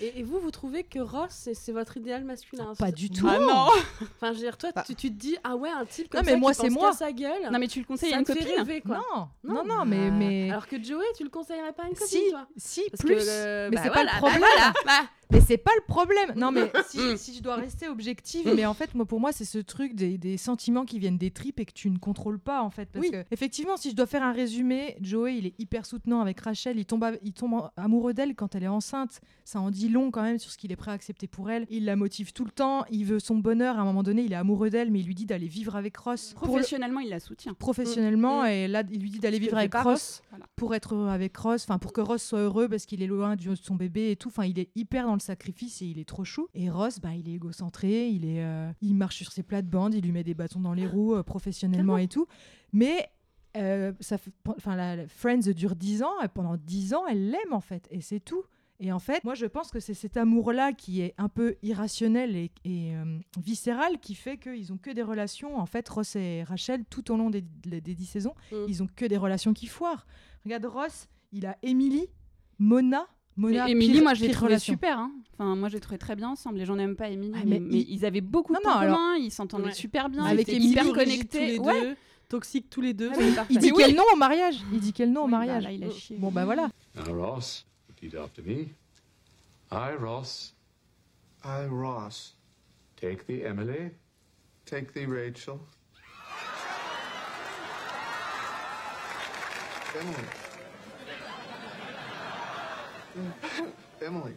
Et, et vous, vous trouvez que Ross, c'est- c'est votre idéal masculin Pas c'est- du tout. Enfin, je veux dire, toi, Bah. tu, tu te dis, ah ouais, un type comme Non, ça mais moi, qui pense c'est qu'à moi. sa gueule. Non mais tu le conseilles à Ah. ça une te fait copine. rêver, quoi. Ah. Non, non, non, mais, mais... Alors que Joey, tu le conseillerais pas à une copine, si, toi si, Parce que plus. le- Mais bah c'est voilà, pas le bah problème. voilà, bah. Mm. Mais c'est pas le problème. Non, mais si, si je dois rester objective, mais en fait, moi, pour moi, c'est ce truc des, des sentiments qui viennent des tripes et que tu ne contrôles pas, en fait. Parce Oui. que, effectivement, si je dois faire un résumé, Joey, il est hyper soutenant avec Rachel. Il tombe, av- il tombe en- amoureux d'elle quand elle est enceinte. Ça en dit long, quand même, sur ce qu'il est prêt à accepter pour elle. Il la motive tout le temps. Il veut son bonheur. À un moment donné, il est amoureux d'elle, mais il lui dit d'aller vivre avec Ross. Pour le- Professionnellement, il la soutient. Mm. professionnellement et là il lui dit d'aller Parce que vivre c'est avec pas Ross, Ross. Voilà. pour être heureux avec Ross enfin pour que Ross soit heureux parce qu'il est loin du- de son bébé et tout enfin il est hyper dans le sacrifice et il est trop chou et Ross bah il est égocentré il est euh, il marche sur ses plates-bandes il lui met des bâtons dans les roues euh, professionnellement et tout mais euh, ça fait- enfin la, la Friends dure 10 ans et pendant 10 ans elle l'aime en fait et c'est tout et en fait, moi, je pense que c'est cet amour-là qui est un peu irrationnel et, et, euh, viscéral qui fait qu'ils ont que des relations. En fait, Ross et Rachel, tout au long des, des, des dix saisons, Mm. ils ont que des relations qui foirent. Regarde Ross, il a Emily, Mona, Mona, Mais Émilie, pire- moi, j'ai pire trouvé relation. super. hein. Enfin, moi, j'ai trouvé très bien ensemble. Les gens n'aiment pas Émilie, Ah, mais, mais mais il- ils avaient beaucoup de Non, non, points alors- communs. Ils s'entendaient Ouais. super bien. Ils Ils Avec étaient Émilie, hyper Brigitte tous connectés. les Ouais. deux, toxiques tous les deux, Ah c'est oui, parfait. Il dit oui. quel nom au mariage Il dit quel nom au Oui, bah, mariage là, il a chié. Bon bah voilà. Now, Ross, repeat after me. I, Ross, I, Ross, take thee, Emily, take thee, Rachel. Emily. Emily.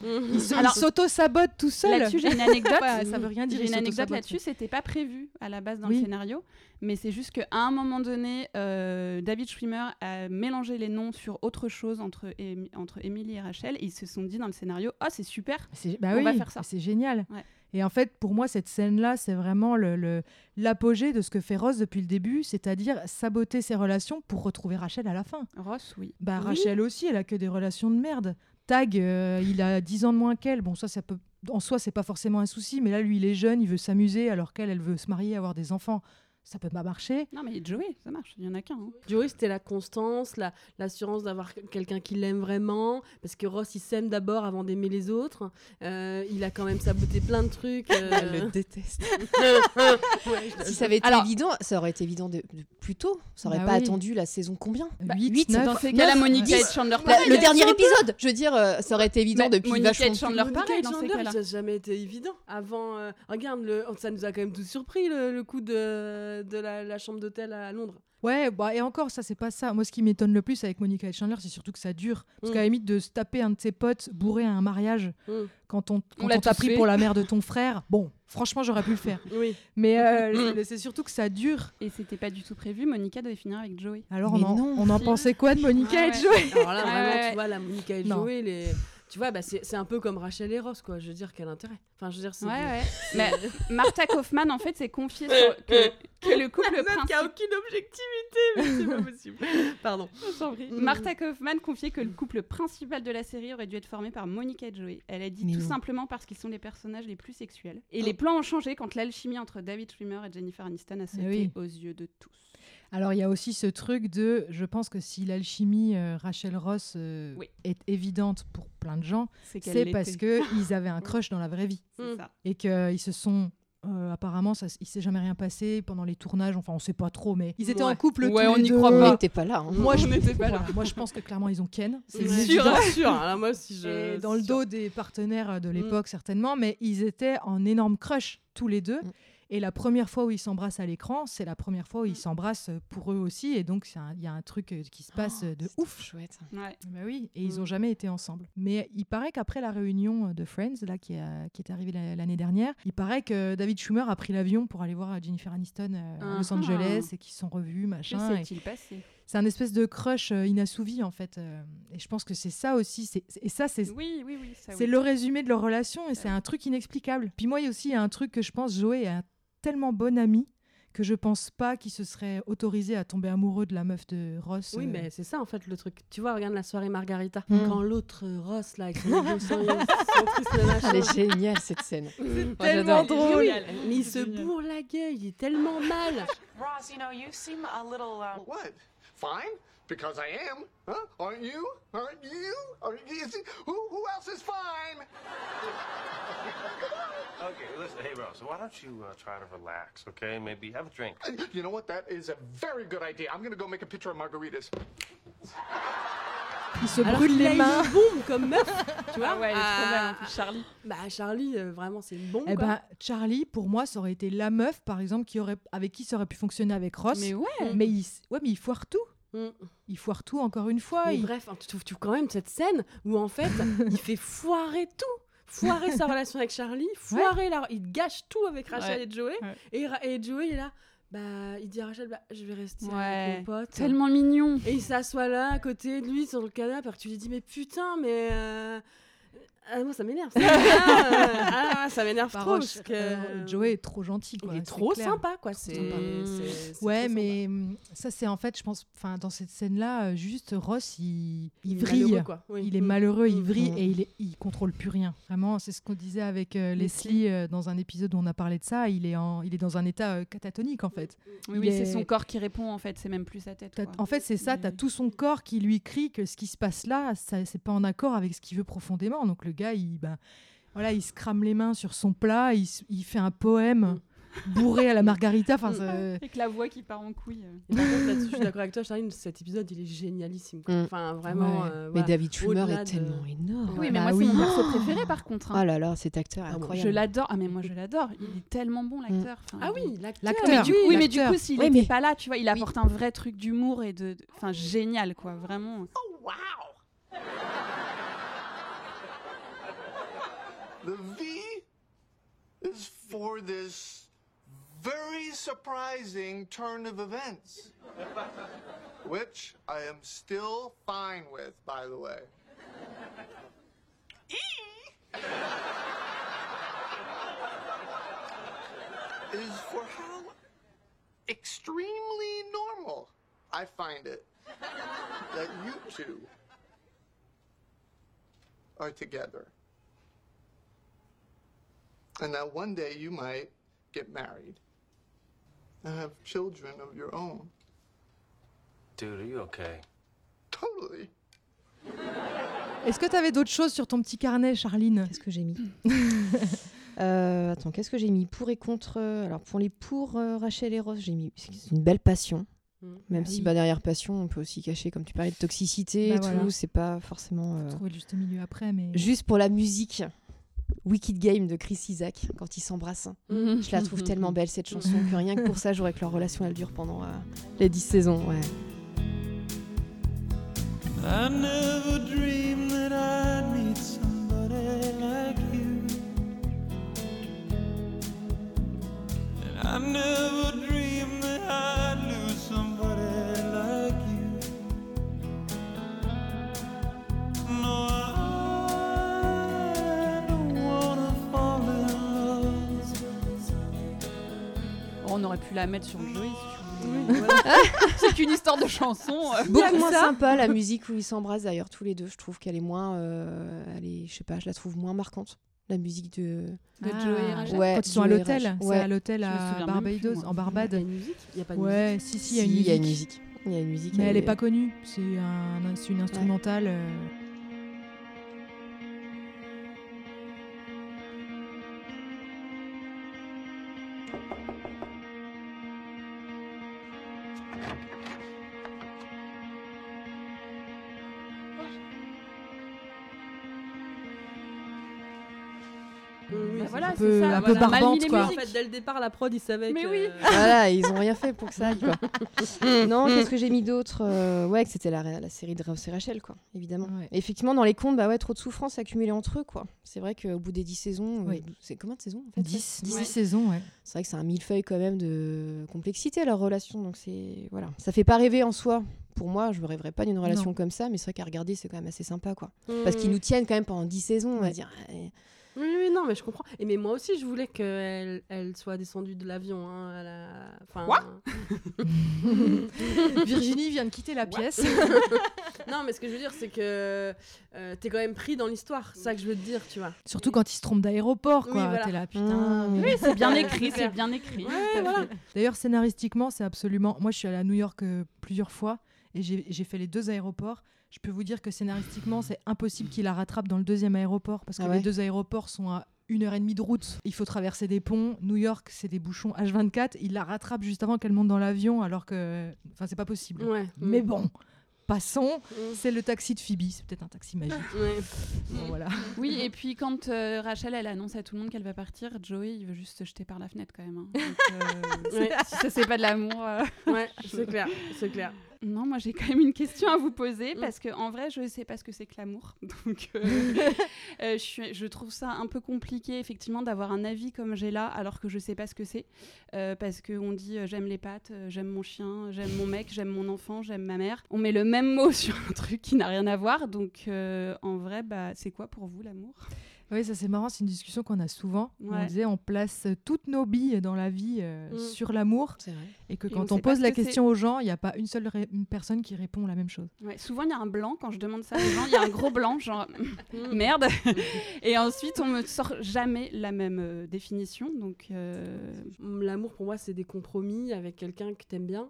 Il s'auto-sabote tout seul. Là-dessus, j'ai une anecdote. Ouais, Ah, ça veut rien dire, J'ai ils sautent une sur anecdote votre là-dessus. C'était pas prévu à la base dans Oui. le scénario, mais c'est juste qu'à un moment donné, euh, David Schwimmer a mélangé les noms sur autre chose entre Émi- entre Emily et Rachel. Et ils se sont dit dans le scénario, ah c'est super. C'est- bah On oui, va faire ça. C'est génial. Ouais. Et en fait, pour moi, cette scène-là, c'est vraiment le- le- l'apogée de ce que fait Rose depuis le début, c'est-à-dire saboter ses relations pour retrouver Rachel à la fin. Ross, oui. Bah, Oui. Rachel aussi, elle a que des relations de merde. Tag, euh, il a 10 ans de moins qu'elle. Bon, ça, ça peut. En soi, c'est pas forcément un souci, mais là, lui, il est jeune, il veut s'amuser, alors qu'elle, elle veut se marier, avoir des enfants. Ça peut pas marcher. Non mais Joey, ça marche. Il y en a qu'un. hein. Joey, c'était la constance, la- l'assurance d'avoir quelqu'un qui l'aime vraiment, parce que Ross, il s'aime d'abord avant d'aimer les autres. Euh, il a quand même saboté plein de trucs. euh, déteste. ouais, je- Si ça avait été Alors- évident, ça aurait été évident de, de- plus tôt. Ça aurait Bah pas oui. attendu la saison combien Bah, Huit, huit, neuf, Bah, Dans ces neuf, cas-là, Monica dix. et Chandler. Bah, pareil. Le dernier épisode, je veux dire, euh, ça aurait été évident Mais depuis Monica et vachement Chandler, Monica pareil et dans ces Chandler, cas-là. ça n'a jamais été évident. Avant, euh, regarde, le, ça nous a quand même tous surpris le, le coup de, de la, la chambre d'hôtel à Londres. Ouais, bah, et encore, ça, c'est pas ça. Moi, ce qui m'étonne le plus avec Monica et Chandler, c'est surtout que ça dure. Parce Mm. qu'à la limite, de se taper un de ses potes bourré à un mariage, Mm. quand on, quand l'a on t'a tous pris fait. pour la mère de ton frère, bon, franchement, j'aurais pu le faire. Oui. Mais euh, Mm. c'est- c'est surtout que ça dure. Et c'était pas du tout prévu. Monica devait finir avec Joey. Alors, Mais on en, non. on en pensait quoi de Monica Ah et de ouais. Joey Alors là, Ouais, vraiment, ouais, ouais. tu vois, la Monica et Non. Joey, les... tu vois, bah, c'est c'est un peu comme Rachel et Ross, quoi. Je veux dire, quel intérêt. Enfin, je veux dire, c'est. Ouais ouais. Mais Martha Kaufman en fait s'est confiée sur- que, que le couple Meuf qui a principal. aucune objectivité, mais c'est pas possible. Pardon. Mm. Martha Kaufman confiait que le couple principal de la série aurait dû être formé par Monica et Joey. Elle a dit Mais tout non. simplement parce qu'ils sont les personnages les plus sexuels. Et les plans ont changé quand l'alchimie entre David Schwimmer et Jennifer Aniston a sauté oui. aux yeux de tous. Alors, il y a aussi ce truc de. Je pense que si l'alchimie euh, Rachel Ross euh, Oui. est évidente pour plein de gens, qu'elle c'est l'était. parce qu'ils avaient un crush dans la vraie vie. C'est ça. et qu'ils se sont euh, apparemment ça, s- il s'est jamais rien passé pendant les tournages enfin on sait pas trop mais ils étaient en Ouais. couple Ouais, tous on les y deux. croit Mais pas. t'es pas là. hein. moi je On n'était pas là. voilà, moi je pense que clairement ils ont Ken c'est Ouais. évident. sûr. Alors moi, si je. Et dans le sûr. dos des partenaires de l'époque certainement mais ils étaient en énorme crush tous les deux Mm. et la première fois où ils s'embrassent à l'écran c'est la première fois où ils s'embrassent pour eux aussi et donc c'est un- il y a un truc euh, qui se passe euh, de Oh, C'est ouf trop chouette. Ouais. bah oui, et ils Mm. n'ont jamais été ensemble. Mais il paraît qu'après la réunion euh, de Friends, là, qui, a- qui est arrivée la- l'année dernière, il paraît que David Schumer a pris l'avion pour aller voir euh, Jennifer Aniston euh, à Los Ah. Angeles et qu'ils se sont revus, Que machin. et- s'est-il passé C'est un espèce de crush euh, inassouvi, en fait. euh, Et je pense que c'est ça aussi. c'est- c'est- Et ça, c'est Oui, oui, oui. Ça, Bah c'est oui. le résumé de leur relation et c'est un truc inexplicable. Puis moi, il y a aussi un truc que je pense, Joey est un tellement bon ami que je pense pas qu'il se serait autorisé à tomber amoureux de la meuf de Ross. Oui, euh, mais c'est ça en fait le truc. Tu vois, regarde la soirée Margarita. Mm. Hmm. Quand l'autre euh, Ross là, avec son avion sur- son triste machin. Elle est géniale cette scène. Moi, tellement j'adore. drôle. Génial. Ah, Mais il se bourre la gueule, il est tellement mal. Ross, you know, you seem a little. Um... What? Fine? Because I am. Huh? Aren't you? Aren't you? Aren't you? Is it- who, who else is fine? Okay, listen, hey, Ross, why don't you uh, try to relax, okay? Maybe have a drink. Uh, You know what? That is a very good idea. I'm going to go make a picture of margaritas. il se Alors brûle qu'il a les une mains. bombe comme meuf. Tu vois Ah ouais, elle est trop belle, en plus, Charlie. Bah Charlie, euh, vraiment c'est une bombe. Eh quoi. ben, Charlie, pour moi, ça aurait été la meuf, par exemple, qui aurait, avec qui ça aurait pu fonctionner avec Ross. Mais ouais. Mais il, s- ouais, mais il foire tout. Mm. Il foire tout encore une fois. Mais il- bref, hein, tu trouves tu trouves quand même cette scène où en fait il fait foirer tout. Foirer sa relation avec Charlie, foirer la... il gâche tout avec Rachel Ouais, et Joey. ouais. Et, Ra- et Joey il est là, bah, il dit à Rachel, bah, je vais rester Ouais, avec mon pote. Tellement mignon. Et il s'assoit là à côté de lui sur le canapé alors que tu lui dis mais putain mais... euh, Ah, moi, ça m'énerve. ça. ah, ah, ça m'énerve trop. Paroche, parce que- euh, Joey est trop gentil. Quoi. Il est c'est trop clair. sympa, quoi. Trop C'est. sympa. c'est- c'est trop Ouais, sympa. mais hum, ça, c'est en fait, je pense, enfin, dans cette scène-là, euh, juste Ross, il, il, Il est vrille. malheureux, quoi. Oui. Il est Mm. malheureux, il vrille Mm. et il, est, il contrôle plus rien. Vraiment, c'est ce qu'on disait avec euh, Mm. Leslie. Leslie euh, dans un épisode où on a parlé de ça. Il est, en, il est dans un état euh, catatonique, en fait. Oui, Il oui, c'est est- son corps qui répond en fait, c'est même plus sa tête. T'as- quoi. En fait, c'est ça, Mais- t'as tout son corps qui lui crie que ce qui se passe là, ça- c'est pas en accord avec ce qu'il veut profondément. Donc le gars, il, ben, voilà, il se crame les mains sur son plat, il, s- il fait un poème Mm. bourré à la margarita. Enfin, ça- euh, Avec la voix qui part en couille. euh. Et par contre, là-dessus, je suis d'accord avec toi, Charline, cet épisode, il est génialissime. quoi. Mm. Enfin, vraiment. Ouais. euh, Mais voilà. David Schumer Au-delà est de- tellement énorme. Oui, mais bah moi, oui. c'est mon perso préféré par contre. hein. Oh là là, cet acteur est Ah bon, je incroyable. l'adore. Ah, mais moi, je l'adore. Il est tellement bon, l'acteur. Enfin, Ah oui, L'acteur. Mais Mais du du coup, oui, mais du l'acteur. coup, s'il Oui, était mais- pas là, tu vois, il apporte un vrai truc d'humour et de, de- enfin, génial, quoi, vraiment. Oh, The V is for this very surprising turn of events, which I am still fine with, by the way. E is for how extremely normal I find it that you two are together. And that one day you might get married and have children of your own. Dude, are you okay? Totally. Est-ce que t'avais d'autres choses sur ton petit carnet, Charline Qu'est-ce que j'ai mis Euh, Attends, qu'est-ce que j'ai mis Pour et contre. euh, Alors, pour les pour euh, Rachel et Ross, j'ai mis c'est une belle passion. Mm. Même Ah si oui. bah, derrière passion, on peut aussi cacher, comme tu parlais, de toxicité Bah et voilà. tout. C'est pas forcément. euh, Trouver le juste milieu après, mais Juste pour la musique, Wicked Game de Chris Isaac, quand ils s'embrassent. Mm. Je la Mm, trouve tellement belle cette chanson que rien que pour ça, j'aurais que leur relation elle dure pendant euh, les 10 saisons. Ouais. I never dreamed that I'd meet somebody like you. And I never dreamed that I'd lose somebody like you. No, I don't wanna fall in love. Oh, on aurait pu la mettre sur Joey. si tu voulais. c'est qu'une histoire de chanson. euh. Beaucoup moins sympa la musique où ils s'embrassent d'ailleurs tous les deux. Je trouve qu'elle est moins, euh, elle est, je sais pas, je la trouve moins marquante. La musique de. De Joey et Ah, Rachel. Ouais, quand ils sont à Joey et l'hôtel, Rachel. c'est Ouais. à l'hôtel Je me à souviens même plus, Barbados, en moi. Il y a Barbade. une musique Il n'y a pas de musique. Ouais, si, si, il y a une Si, musique. il y a une musique. Il y a une musique. Mais elle est pas connue, c'est un, c'est une instrumentale. euh, Mm, Bah oui, voilà, un c'est peu- ça. un voilà. peu Mal mis barbante, les quoi. En musiques. fait, dès le départ, la prod, ils savaient Mais que, oui. euh, Voilà, ils ont rien fait pour que ça. aille, Quoi. non, qu'est-ce que j'ai mis d'autre Euh, Ouais, que c'était la, la série de Ross et Rachel, quoi, évidemment. Ouais. Et effectivement, dans les comptes, bah ouais, trop de souffrance accumulée entre eux, quoi. C'est vrai qu'au bout des 10 saisons, euh, Oui. c'est combien de saisons en fait, 10, ça Ouais. saisons, ouais. C'est vrai que c'est un millefeuille quand même de complexité leur relation, donc c'est voilà, ça fait pas rêver en soi. Pour moi, je me rêverais pas d'une relation comme ça, mais c'est vrai qu'à regarder, c'est quand même assez sympa, quoi. Parce qu'ils nous tiennent quand même pendant 10 saisons, on va dire. Eh, Oui, oui, non, mais je comprends. Et mais moi aussi, je voulais qu'elle elle soit descendue de l'avion. Hein, à la- enfin, Virginie vient de quitter la pièce. non, mais ce que je veux dire, c'est que euh, t'es quand même pris dans l'histoire. C'est ça que je veux te dire, tu vois. Surtout quand ils se trompent d'aéroport, Oui, quoi. voilà. T'es là, putain. Mm. Oui, c'est bien C'est écrit, c'est clair. bien écrit. D'ailleurs, scénaristiquement, c'est absolument. Moi, je suis allée à New York euh, plusieurs fois et j'ai j'ai fait les deux aéroports. Je peux vous dire que scénaristiquement, c'est impossible qu'il la rattrape dans le deuxième aéroport parce que Ah ouais les deux aéroports sont à une heure et demie de route. Il faut traverser des ponts. New York, c'est des bouchons H24. Il la rattrape juste avant qu'elle monte dans l'avion, alors que, enfin, c'est pas possible. Ouais. Mm. Mais bon, passons. Mm. C'est le taxi de Phoebe. C'est peut-être un taxi magique. Ouais. Bon, voilà. Oui, et puis quand euh, Rachel, elle annonce à tout le monde qu'elle va partir, Joey, il veut juste se jeter par la fenêtre quand même. hein. Donc, euh, Ouais. si ça, c'est pas de l'amour. euh. Ouais, c'est clair, c'est clair. Non, moi j'ai quand même une question à vous poser parce que en vrai, je sais pas ce que c'est que l'amour. Donc euh, euh, je, suis- je trouve ça un peu compliqué effectivement d'avoir un avis comme j'ai là alors que je sais pas ce que c'est Euh, parce que on dit euh, j'aime les pattes, euh, j'aime mon chien, j'aime mon mec, j'aime mon enfant, j'aime ma mère. On met le même mot sur un truc qui n'a rien à voir. Donc euh, en vrai, bah c'est quoi pour vous l'amour Oui, ça c'est marrant, c'est une discussion qu'on a souvent. On Ouais. disait on place euh, toutes nos billes dans la vie euh, Mm. sur l'amour. Et que Et quand on on, sait pas pose ce la que c'est. question aux gens, il n'y a pas une seule ré- une personne qui répond la même chose. Ouais, souvent, il y a un blanc quand je demande ça aux gens. Il y a un gros blanc, genre merde. Et ensuite, on me sort jamais la même euh, définition. Donc, euh, L'amour pour moi, c'est des compromis avec quelqu'un que t'aimes bien.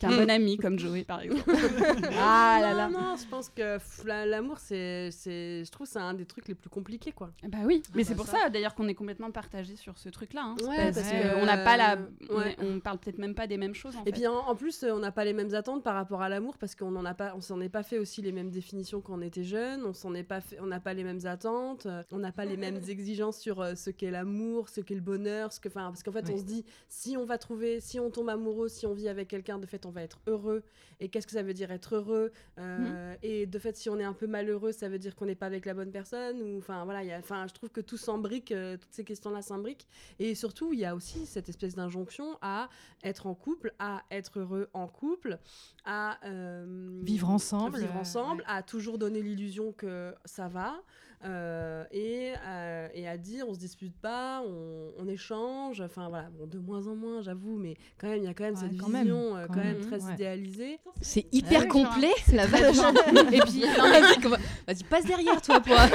qu'un bon ami comme Joey, par exemple. ah là là. Non, je pense que pff, la- l'amour, c'est, c'est, je trouve, que c'est un des trucs les plus compliqués, quoi. Bah oui, mais Ah c'est bah pour ça, ça. d'ailleurs qu'on est complètement partagé sur ce truc-là. hein. Ouais, parce parce que que, on n'a pas la, euh, on, ouais. est- on parle peut-être même pas des mêmes choses. En Et fait. puis en, en plus, euh, on n'a pas les mêmes attentes par rapport à l'amour parce qu'on en a pas, on s'en est pas fait aussi les mêmes définitions quand on était jeune. On s'en est pas, fait, on n'a pas les mêmes attentes, euh, on n'a pas les mêmes exigences sur euh, ce qu'est l'amour, ce qu'est le bonheur, ce que, enfin, parce qu'en fait, on Ouais. se dit si on va trouver, si on tombe amoureux, si on vit avec quelqu'un, de fait, on va être heureux. Et qu'est-ce que ça veut dire être heureux Mhm. Euh, Et de fait, si on est un peu malheureux, ça veut dire qu'on n'est pas avec la bonne personne. Ou enfin voilà, il y a- enfin, je trouve que tout s'embrique, euh, toutes ces questions-là s'imbriquent. Et surtout, il y a aussi cette espèce d'injonction à être en couple, à être heureux en couple, à euh, Vivre ensemble, vivre euh, ensemble, à toujours donner l'illusion que ça va, euh, et, euh, et à dire on se dispute pas, on, on échange. Enfin voilà, bon, de moins en moins, j'avoue, mais quand même, il y a quand même Ouais, cette quand même, vision euh, quand quand, même, même, très ouais. idéalisée. C'est hyper ouais, complet, c'est la très vache. bien. Et puis, non, vas-y, comment- vas-y, passe derrière toi pour. Attends,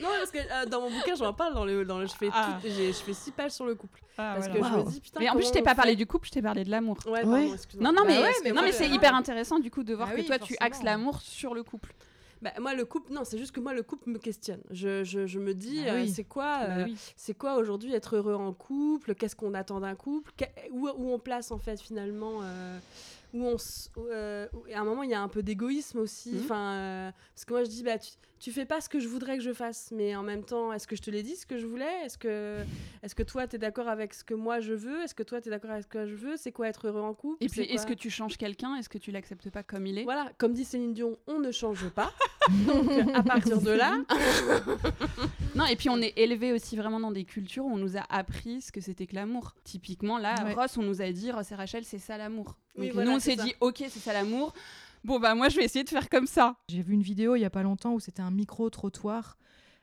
Non, parce que euh, dans mon bouquin, j'en parle dans le, dans le- je fais, Ah. tout- j'ai- je fais six pages sur le couple. parce voilà. que je Waouh. me dis putain. mais en plus, je comment t'ai on pas parlé fait du couple, je t'ai parlé de l'amour. Ouais, Ouais. pardon, excuse-moi. Non, non, Bah mais, ouais, parce mais que- non, moi, mais je- c'est hyper intéressant du coup de voir Bah que oui, toi tu forcément. axes l'amour sur le couple. Bah, moi, le couple, non, c'est juste que moi, le couple me questionne. Je, je, je me dis, Bah euh, oui. c'est quoi, euh, c'est quoi aujourd'hui être heureux en couple Qu'est-ce qu'on attend d'un couple Que- où, où on place, en fait, finalement euh, où on s- où, euh, où- et à un moment, il y a un peu d'égoïsme aussi. Mhm. Enfin, euh, parce que moi, je dis, bah, tu, tu fais pas ce que je voudrais que je fasse, mais en même temps, est-ce que je te l'ai dit ce que je voulais Est-ce que, est-ce que toi, t'es d'accord avec ce que moi je veux Est-ce que toi, t'es d'accord avec ce que je veux C'est quoi être heureux en couple Et puis, C'est est-ce quoi que tu changes quelqu'un Est-ce que tu l'acceptes pas comme il est voilà, comme dit Céline Dion, on ne change pas. Donc, à partir de là, Non, et puis on est élevé aussi vraiment dans des cultures où on nous a appris ce que c'était que l'amour. Typiquement, là, Ouais. Ross, on nous a dit Ross et Rachel, c'est ça l'amour. Oui, Donc voilà, nous, on c'est s'est ça. dit, ok, c'est ça l'amour. Bon, bah moi, je vais essayer de faire comme ça. J'ai vu une vidéo il y a pas longtemps où c'était un micro-trottoir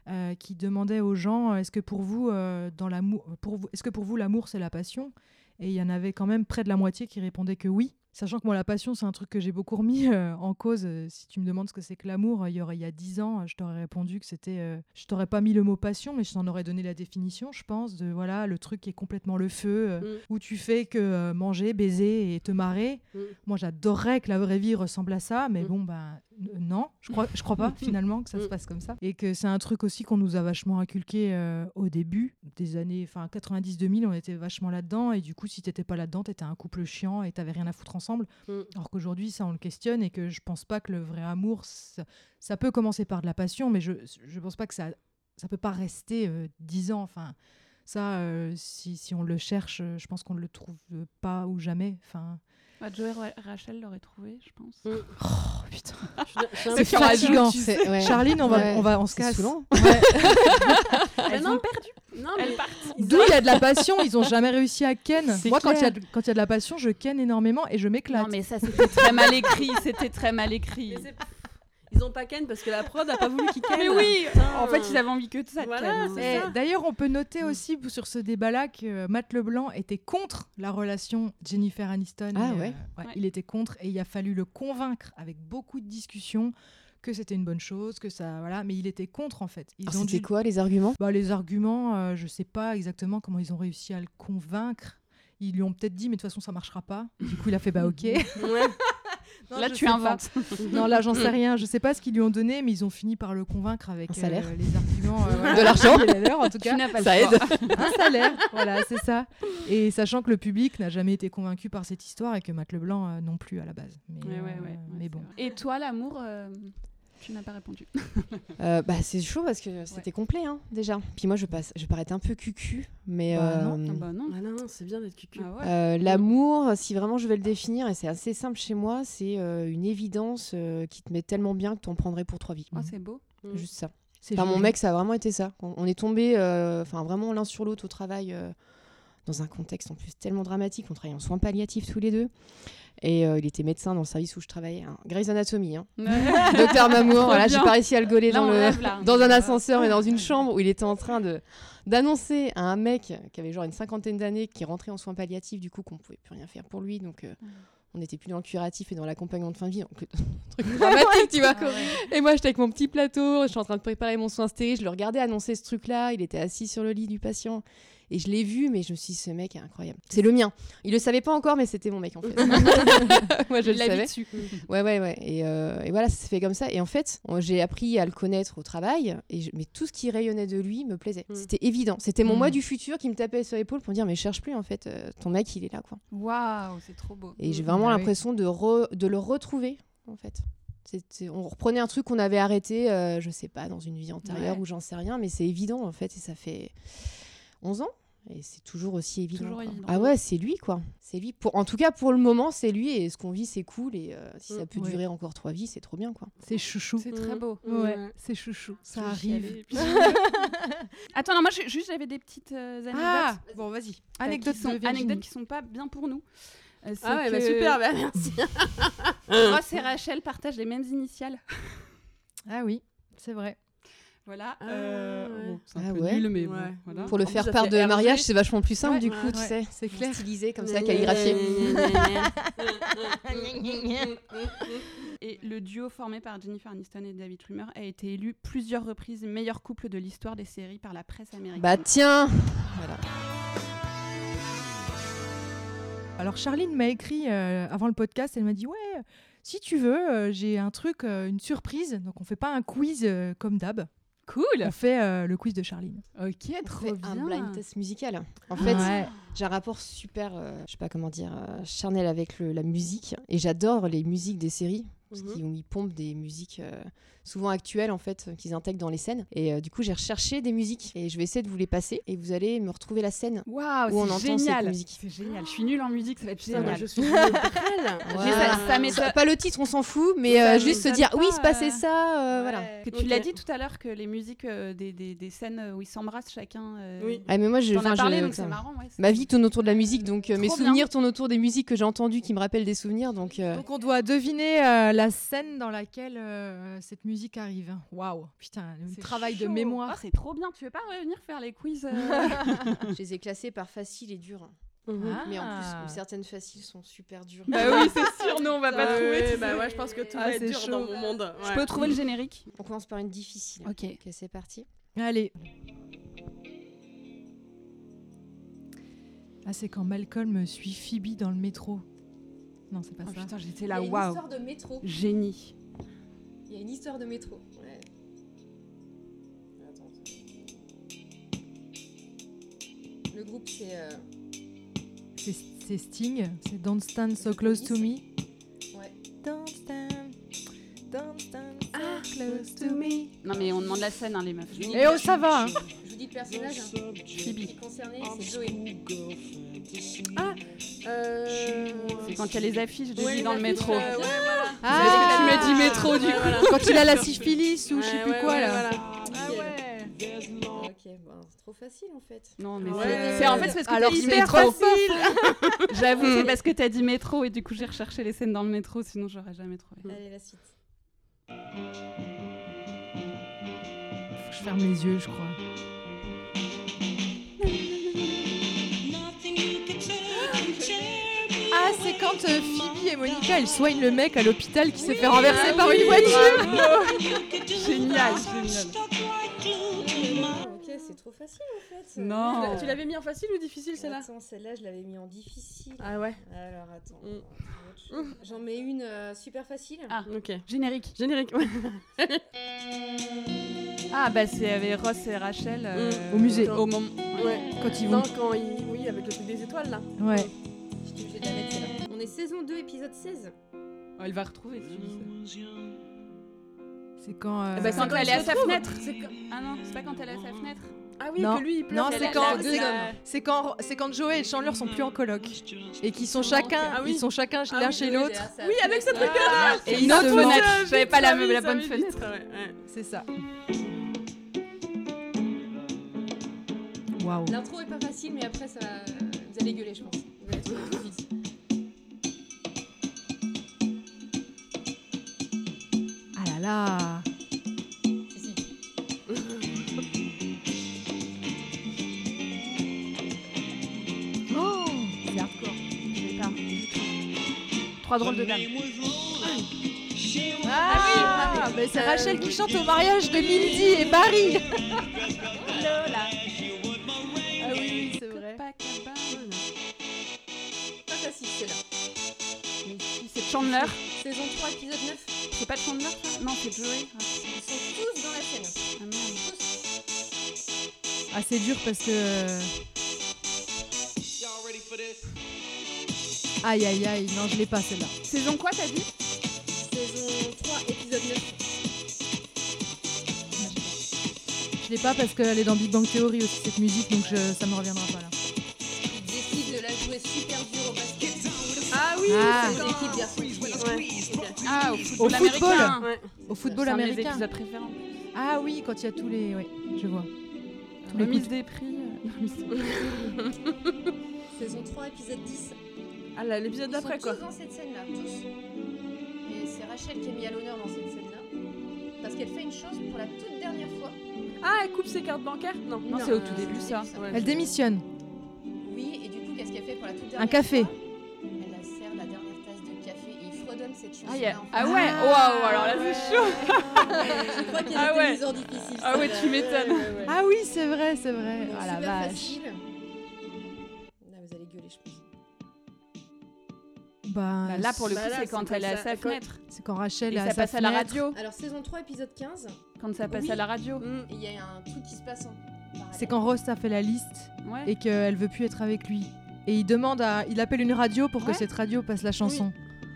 euh, qui demandait aux gens euh, est-ce que pour vous, euh, dans l'amour, pour vous, est-ce que pour vous l'amour c'est la passion Et il y en avait quand même près de la moitié qui répondaient que oui. Sachant que moi, la passion, c'est un truc que j'ai beaucoup remis euh, en cause. Euh, si tu me demandes ce que c'est que l'amour, euh, il y aurait il y a dix ans, euh, je t'aurais répondu que c'était, euh, je t'aurais pas mis le mot passion, mais je t'en aurais donné la définition, je pense, de voilà le truc qui est complètement le feu, euh, où tu fais que euh, manger, baiser et te marrer. Moi, j'adorerais que la vraie vie ressemble à ça, mais Mm. bon, ben n- non, je crois, je crois pas finalement que ça se Mm. passe comme ça. Et que c'est un truc aussi qu'on nous a vachement inculqué euh, au début des années, enfin 90-2000, on était vachement là-dedans. Et du coup, si t'étais pas là-dedans, t'étais un couple chiant et t'avais rien à foutre ensemble. Mm. Alors qu'aujourd'hui, ça, on le questionne et que je pense pas que le vrai amour, ça, ça peut commencer par de la passion, mais je, je pense pas que ça, ça peut pas rester euh, 10 ans. Enfin, ça, euh, si, si on le cherche, euh, je pense qu'on ne le trouve euh, pas ou jamais. Enfin. Bah, Joey Ra- Rachel l'aurait trouvé, je pense. Mm. Oh putain. je- C'est je- fatigant. c'est- ouais. Charline, on va, Ouais. on va, on se hein. C'est casse. saoulant. Ouais. Mais Elles non, ont perdu. non, mais Elles partent. D'où il y a de la passion, ils ont jamais réussi à ken. C'est Moi, quand il y, a clair. de- quand il y a de la passion, je ken énormément et je m'éclate. Non, mais ça, c'était très mal écrit. C'était très mal écrit. Mais c'est- Ils ont pas Ken parce que la prod a pas voulu qu'ils Ken. Mais oui Putain. En fait, ils avaient envie que de ça. de Voilà, Ken, hein. c'est Et ça. Eh, D'ailleurs, on peut noter Mm. aussi sur ce débat-là que euh, Matt LeBlanc était contre la relation Jennifer Aniston. Ah et, ouais. euh, Ouais. Il était contre et il a fallu le convaincre avec beaucoup de discussions que c'était une bonne chose, que ça, voilà. Mais il était contre en fait. Ils Alors, ont Ah, C'était dû quoi les arguments Bah, les arguments, euh, je sais pas exactement comment ils ont réussi à le convaincre. Ils lui ont peut-être dit, mais de toute façon, ça marchera pas. Du coup, il a fait, bah ok. Ouais. Non, Là, je tu sais inventes. Mm. pas. Non, là, j'en sais rien. Je sais pas ce qu'ils lui ont donné, mais ils ont fini par le convaincre avec Un salaire. euh, les arguments. euh, voilà. De l'argent Des valeurs, en tout Tu cas. n'as pas le Ça choix. aide. Un salaire, voilà, c'est ça. Et sachant que le public n'a jamais été convaincu par cette histoire et que Matt Leblanc euh, non plus à la base. Mais, Ouais, ouais, ouais, euh, ouais, mais c'est bon. vrai. Et toi, l'amour euh, Tu n'as pas répondu. Euh, bah, c'est chaud parce que c'était complet hein, déjà. Puis moi je passe, je paraître un peu cucu, mais Bah non. euh, Ah bah non. Ah non, non, c'est bien d'être cucu. Ah ouais. euh, l'amour, si vraiment je vais le définir, et c'est assez simple chez moi, c'est euh, une évidence euh, qui te met tellement bien que t'en prendrais pour trois vies. Oh, c'est beau. Mm. Juste ça. C'est Enfin, mon joli. mec, ça a vraiment été ça. On, on est tombés, euh, enfin vraiment l'un sur l'autre au travail, euh, dans un contexte en plus tellement dramatique. On travaillait en soins palliatifs tous les deux. Et euh, il était médecin dans le service où je travaillais. Hein. Grey's Anatomy, hein. Docteur Mamour, Trop voilà, bien. j'ai pas réussi à le gauler Là, dans, on le- rêve, là. dans un ascenseur et dans une chambre où il était en train de d'annoncer à un mec qui avait genre une cinquantaine d'années qui rentrait en soins palliatifs, du coup qu'on pouvait plus rien faire pour lui, donc euh, on n'était plus dans le curatif et dans l'accompagnement de fin de vie, donc le truc dramatique, tu vois. Ah ouais. Et moi, j'étais avec mon petit plateau, je suis en train de préparer mon soin stérile, je le regardais annoncer ce truc-là, il était assis sur le lit du patient. Et je l'ai vu, mais je me suis dit, ce mec est incroyable. C'est le mien. Il le savait pas encore, mais c'était mon mec, en fait. Moi, je le La vie savais. dessus. Ouais, ouais, ouais. Et, euh, et voilà, ça s'est fait comme ça. Et en fait, on- j'ai appris à le connaître au travail, et je- mais tout ce qui rayonnait de lui me plaisait. Mm. C'était évident. C'était mon Mm. moi du futur qui me tapait sur l'épaule pour me dire, mais cherche plus, en fait, euh, ton mec, il est là, quoi. Waouh, c'est trop beau. Et j'ai Mm. vraiment Bah oui. l'impression de, re- de le retrouver, en fait. C'était- on reprenait un truc qu'on avait arrêté, euh, je sais pas, dans une vie antérieure Ouais. ou j'en sais rien, mais c'est évident, en fait, et ça fait 11 ans. Et c'est toujours aussi évident. Toujours quoi. évident. Ah ouais, c'est lui, quoi. C'est lui. Pour... En tout cas, pour le moment, c'est lui, et ce qu'on vit, c'est cool, et euh, si ça Mm, peut Mmh, ouais. Mmh. durer encore trois vies, c'est trop bien, quoi. C'est chouchou. C'est très Mm. beau. Ouais, c'est chouchou. Ça Je suis arrive. allée, Ah puis- Attends, non, moi j'ai- juste j'avais des petites euh, anecdotes. Ah bon, vas-y. euh, Anecdote qui sont, de Virginie. anecdotes qui sont pas bien pour nous. Euh, c'est Ah ouais, bah que super, bah merci. Ross Ah. et Rachel partagent les mêmes initiales. Ah oui, c'est vrai. Voilà. Ah euh, ouais. bon, c'est un Ah peu ouais. nul, mais bon, Ouais. voilà. Pour le En plus, faire ça part fait de RG. mariage, c'est vachement plus simple, du Ouais, coup, tu ouais, sais. C'est clair. Mmh. Stylisé comme ça, calligraphié. Et le duo formé par Jennifer Aniston et David Schwimmer a été élu plusieurs reprises meilleur couple de l'histoire des séries par la presse américaine. Bah tiens Alors Charline m'a écrit euh, avant le podcast, elle m'a dit ouais, si tu veux, euh, j'ai un truc, euh, une surprise. Donc on fait pas un quiz euh, comme d'hab, cool. on fait euh, le quiz de Charline. Ok, trop fait bien. un blind test musical. En fait, Ouais. j'ai un rapport super, euh, je sais pas comment dire, euh, charnel avec le- la musique. Et j'adore les musiques des séries. Parce Mhm. qu'ils ils pompent des musiques euh, souvent actuelles, en fait, euh, qu'ils intègrent dans les scènes. Et euh, du coup, j'ai recherché des musiques. Et je vais essayer de vous les passer. Et vous allez me retrouver la scène Waouh, où on c'est entend génial. cette musique. C'est génial. Je suis nulle en musique, ça va être Putain, mais génial. je suis bah, Ah brutale. Ouais. ça- ça m'étonne. Pas le titre, on s'en fout, mais Ça euh, nous juste se donne dire, pas, oui, il se euh, passait ça, euh, voilà. Ouais. Que tu Ok. l'as dit tout à l'heure que les musiques euh, des, des, des scènes où ils s'embrassent chacun. euh, Oui. Ah, mais moi, je, T'en enfin, as je- parlé, donc ça- c'est marrant. ouais, c'est- Ma vie tourne autour de la musique, donc euh, mes Trop bien. souvenirs tournent autour des musiques que j'ai entendues qui me rappellent des souvenirs. Donc, euh, Donc on doit deviner euh, la scène dans laquelle euh, cette musique arrive. Waouh, putain, le C'est euh, travail de chaud. mémoire. Ah, c'est trop bien. Tu veux pas revenir faire les quiz euh, je les ai classés par facile et dur. euh, Ah. Mais en plus, certaines faciles sont super dures. Bah oui, c'est sûr. Non, on va pas Ah trouver. ouais, tu sais. bah ouais, je pense que tout Ah, va être c'est dur chaud. dans mon monde. Je ouais. peux trouver le générique. Oh, On commence par une difficile. Ok. Ok, c'est parti. Allez. Ah, c'est quand Malcolm suit Phoebe dans le métro. Non, c'est pas Oh, ça. putain, j'étais là. Waouh. de métro. Génie. Il y a une histoire de métro. Le groupe, c'est. euh, C'est c'est Sting, c'est Don't Stand So Close to Me. Ouais. Don't stand, don't stand so Ah, close to me. Non, mais on demande la scène, hein, les meufs. Eh oh, ça va, hein. Je vous dis le personnage. hein. Phoebe. concerné, Oh, c'est Zoé. Euh, C'est oh, quand il y a les affiches de ouais, lui les dans le affiches, métro. euh, ouais, voilà. Ah, tu m'as dit métro, du Ouais, coup. voilà. Quand il a la syphilis ou je sais Ouais, plus ouais, quoi ouais, là. voilà. Ah ouais. Ok, bon, c'est trop facile en fait. Non, mais Ouais. c'est- c'est en fait c'est parce que Alors, t'es c'est hyper trop facile. J'avoue, c'est parce que t'as dit métro et du coup j'ai recherché les scènes dans le métro, sinon j'aurais jamais trouvé. Allez, la suite. Faut que je ferme les yeux, je crois. Ah, c'est quand euh, Phoebe et Monica elles soignent le mec à l'hôpital qui s'est fait renverser par une voiture. Génial, génial. Ok, c'est trop facile en fait. Ah. Non. Ah. Tu l'avais mis en facile ou difficile celle-là Attends, celle-là, je l'avais mis en difficile. Ah ouais. Alors attends. Mm. J'en mets une euh, super facile. Hmm. Ah. Ok. Générique. Générique. ouais. Ah bah c'est avec Ross et Rachel euh, Au musée. Au moment. Ouais. Quand ils Non, vont. quand il... Oui, avec le truc des étoiles, là. Ouais. J'étais obligée de la mettre celle-là. On est saison 2, épisode 16. Oh, elle va retrouver. si tu dis ça. C'est quand. euh, C'est quand elle est à sa fenêtre. c'est quand- Ah non, c'est pas quand elle est à sa fenêtre. Ah non, non, Elle c'est a- quand, la- c'est- la- c'est quand, c'est quand Joey et Chandler sont plus en coloc et qu'ils sont chacun, Ah oui. ils sont chacun Ah l'un oui, chez oui, l'autre. hein. Oui, avec cette Ah. truc-là Et ils se menacent. J'avais pas la- la bonne fenêtre. C'est ça. Waouh. L'intro est pas facile, mais après, ça, vous allez gueuler, je pense. Vous allez trouver tout de suite. Ah là là. Oh, c'est hardcore. Je l'ai pas. Trois drôles de dames. Ah, Ah oui, mais c'est Rachel qui chante au mariage de Mindy et Barry. Lola. Ah oui, c'est vrai. Pas facile, c'est là. C'est Chandler. Saison 3, épisode 9. C'est pas Chandler ça Non, c'est Joey. Ah, Ils sont tous dans la scène. Ah, c'est dur parce que. euh, Aïe aïe aïe, non, je l'ai pas celle-là. Saison quoi t'as dit Saison 3, épisode 9. Je l'ai pas parce qu'elle est dans Big Bang Theory aussi cette musique, donc je- ça me reviendra pas là. Ils décident de la jouer super dur au basket. Ah oui, Ah. c'est dans- l'équipe bien sûr. Ah, au Au football football, américain. au football C'est un de mes américain. épisodes préférés. Ah oui, quand il y a tous les, ouais, je vois. Tous les Remise coups des prix. Saison 3, épisode 10. Ah là, l'épisode Ils d'après sont quoi. tous dans cette scène-là, tous. Et c'est Rachel qui est mise à l'honneur dans cette scène-là. Parce qu'elle fait une chose pour la toute dernière fois. Ah, elle coupe ses cartes bancaires Non, Non, euh, c'est au tout début, ça. de- Elle démissionne. Oui, et du coup, qu'est-ce qu'elle fait pour la toute dernière Un café. fois Elle la sert la dernière tasse de café et il fredonne cette chanson. Ah, y a- ah ouais, waouh, alors là c'est chaud. Je crois qu'il y a Ah ah ouais. des ans difficiles. Ah ouais, celle-là. tu m'étonnes. Ah oui, c'est vrai, c'est vrai. Donc, Ah la super vache. facile. Là, vous allez gueuler, je pense. Bah, Bah, là, pour le Bah coup, là, c'est c'est quand quand elle est à ça- sa quand- fenêtre. C'est quand Rachel Et a ça sa passe à la fenêtre. radio. Alors, saison 3, épisode 15. Quand ça passe à la radio. Mm. Et il y a un truc qui se passe en C'est quand Ross a fait la liste Ouais. et qu'elle veut plus être avec lui. Et il demande à, il appelle une radio pour Ouais. que cette radio passe la chanson.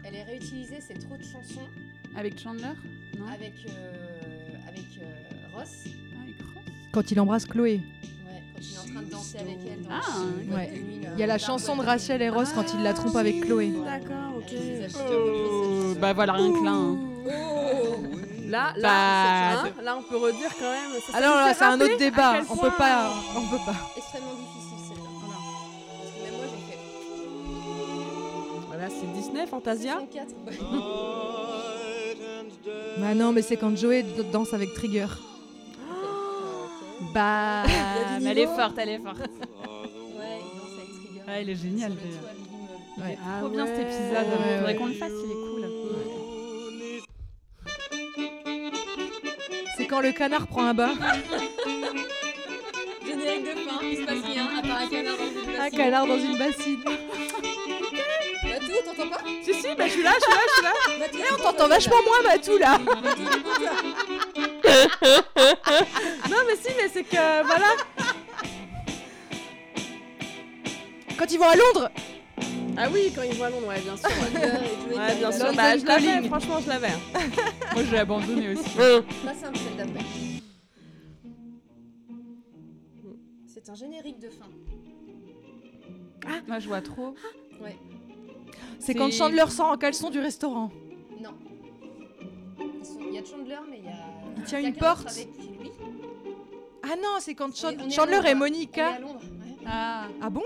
Elle est réutilisée, c'est trop de chansons Avec Chandler Non. Hein Ah, avec, euh, avec euh, Ross. Avec Ross. Quand il embrasse Chloé. Ouais, quand il est en train de danser avec elle. Dans Ah, le- ouais. de nuit, là. Ah, Il y a la chanson de Rachel et Ross quand il la trompe avec Chloé. D'accord, ok. Euh, bah. bah voilà, rien que là. hein. Oh. Là, là, Bad. c'est- hein, là, on peut redire quand même. ça, ça Alors nous là, fait c'est un rappeler autre à débat. quel On point- peut pas, on peut pas. Extrêmement difficile celle-là. Parce que même moi j'ai fait. Voilà, c'est Disney, Fantasia. Saison 4. Bah non, mais c'est quand Joey d- danse avec Trigger. Bah, du mais elle est niveau. forte, elle est forte. Ouais, il danse avec Trigger. Ah, il est génial, Sur le d'ailleurs. Ah toit de l'immeuble. Ouais. Ah Trop bien cet épisode. Ouais, Faudrait ouais. qu'on le fasse, il est cool. C'est quand le canard prend un bain. Générique de fin, il se passe rien à part un canard dans une Un canard dans une bassine. bassine. Matou, t'entends pas Si, si, bah je suis là, je suis là, je suis là. Matou, Eh, On t'entend vachement moins, Matou là. Non, mais si, mais c'est que voilà. Quand ils vont à Londres. Ah oui, quand ils voient Londres, ouais, bien sûr. ouais. Ouais, bien sûr. London Bah, je l'avais, Calling. franchement, je l'avais. hein. Moi, je l'ai abandonné aussi. Pas simple celle d'après. C'est un générique de fin. Moi, je vois trop. Ouais. C'est quand Chandler sort en caleçon du restaurant. Non. Ils sont- Il y a Chandler, mais il y a. Il tient y a une quelqu'un d'autre porte. avec lui. Ah non, c'est quand Chan- On est- on est à Chandler Londres. et On est Monica. à Londres, ouais. Ah, Ah bon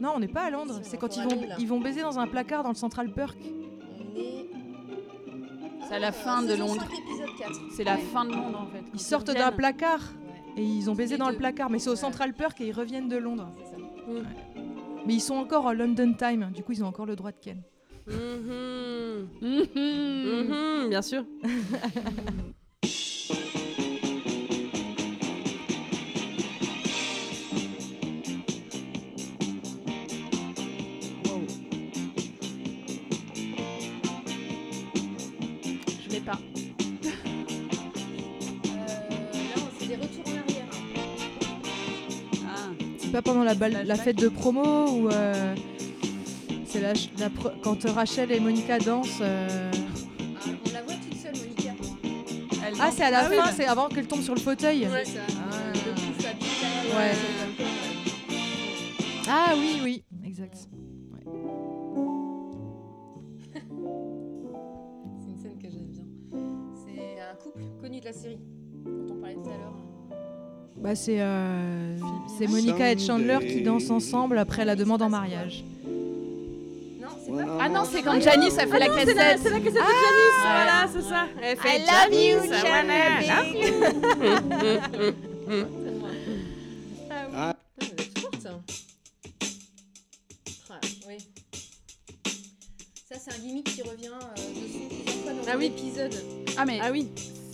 Non, on n'est pas à Londres. Si, on C'est est quand encore ils à vont, Londres, là. ils vont baiser dans un placard dans le Central Perk. On est. c'est à la Ah, fin de saison Londres. cinq, épisode 4. C'est la Ouais. fin de Londres en fait. Quand Ils sortent d'un reviennent. placard Ouais, et ils ont baisé Les dans le deux. placard, mais c'est au Ouais. Central Perk et ils reviennent de Londres. c'est ça. Euh, Mais ils sont encore à London Time, du coup ils ont encore le droit de Ken. Mhm. Mm. Mhm. Mhm, bien sûr. Je l'ai pas. Euh, là, on- c'est des retours en arrière. hein. Ah. C'est pas pendant la, balle- la Flashback. fête de promo ou. euh, c'est la, ch- la pre- quand Rachel et Monica dansent. euh, Ah, on la voit toute seule, Monica. Elle Ah, c'est à la Ah oui, fin, bah. c'est avant qu'elle tombe sur le fauteuil. Ah. Ouais, ça. Le coup, ça pique, Ouais. là, ouais, ça fait un peu, ouais. Ah oui, oui, exact. C'est une scène que j'aime bien. C'est un couple connu de la série dont on parlait tout à l'heure. Bah, c'est euh, c'est Monica et Chandler qui dansent ensemble après la demande en mariage. Non, c'est pas. Ah non, c'est quand Janice a fait la c'est la, cassette. c'est la cassette de Ah, ouais. Janice, voilà, c'est ça. Elle I fait love you, Janice, Ah, Janice. voilà. Ah oui. Ah. Ah, elle est forte. Ah, oui. Ça, c'est un gimmick qui revient euh, dessus plusieurs fois dans Ah un oui. épisode. Ah mais. Ah oui.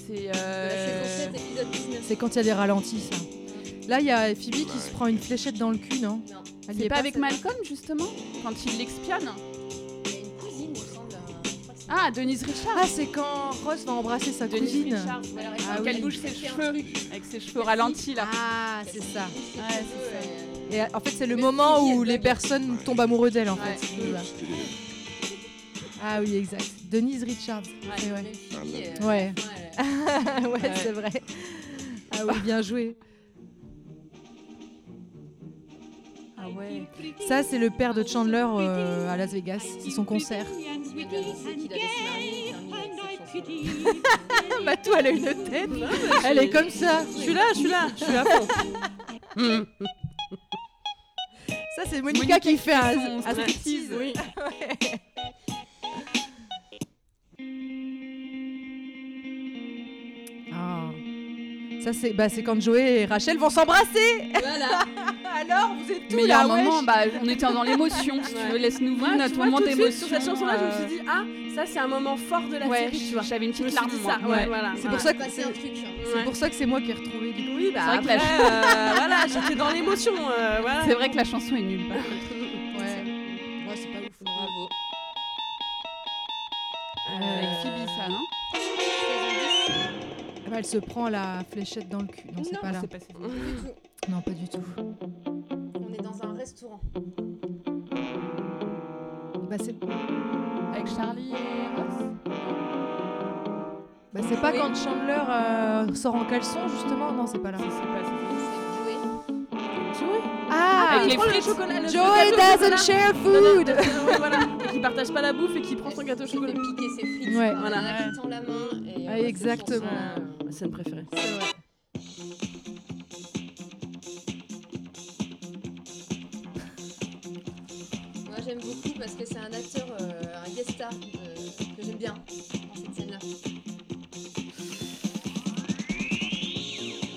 C'est. La Euh... saison 7, épisode 19. C'est quand il y a des ralentis, ça. Là, il y a Phoebe qui se prend une fléchette dans le cul, non Non. Elle y C'est est pas avec celle-là Malcolm justement quand il l'expionne. Il y a une cousine, il me semble. euh, je crois que c'est- Ah, Denise Richard. Ah, c'est quand Ross va embrasser sa Denise cousine. Richards, ouais. Alors, Ah elle oui. Qu'elle bouge ses fait un cheveux avec ses cheveux ralentis là. Ah, c'est ça. Ouais, c'est ça. Et en fait, c'est le moment où les personnes tombent amoureux d'elle, en Ouais. fait. Ah oui, exact. Denise Richards. C'est vrai. Ah, Ouais. euh, ouais, c'est vrai. Ah oui, bien joué. Ah ouais. Ça, c'est le père de Chandler euh, à Las Vegas. C'est son concert. bah, toi, elle a une tête. Elle est comme ça. Je suis là, je suis là, je suis à fond. Ça, c'est Monica, qui fait un, son un striptease. striptease. Oui. Ouais. Ah. Ça, c'est bah, c'est quand Joey et Rachel vont s'embrasser. Voilà. Alors, vous êtes tous Mais il y là, a un moment, wesh. bah, on était dans l'émotion. Si tu veux, laisse-nous Moi, vivre Bah, tu notre vois, moment tout de suite, d'émotion. sur cette chanson-là, je me euh, suis dit, ah, ça, c'est un moment fort de la ouais, série, tu vois. j'avais une Je me petite suis larme. dit moi. ça, ouais, voilà. C'est pour ça que C'est un truc. hein. c'est pour ça que c'est moi qui ai retrouvé. du coup. Oui, bah, C'est vrai que la- après, euh, voilà, j'étais dans l'émotion, euh, voilà. C'est vrai que la chanson est nulle. par contre. Ouais. Ouais, c'est pas ouf. Bravo. Euh, Avec Phoebe, ça, non Ah bah, elle se prend la fléchette dans le cul. Non, c'est Non, pas là. pas ça. Du tout. Non, pas du tout. On est dans un restaurant. Bah, c'est Avec Charlie et Ross. bah, c'est pas Oui. quand Chandler euh, sort en caleçon, justement. Non, c'est pas là. Ça, c'est pas ça. Jouer. Ah, Avec les prend le frites. chocolat, le Joey gâteau au chocolat. doesn't share food. Ouais, voilà. Et qui partage pas la bouffe et qui prend son gâteau au Qui fait chocolat. piquer ses frites. Ouais. par Voilà. un mec qui tend la main. Et, Ah, euh, cette exactement. chanson-là, euh, Ma scène préférée. Moi j'aime beaucoup parce que c'est un acteur, euh, un guest star euh, que j'aime bien dans cette scène-là.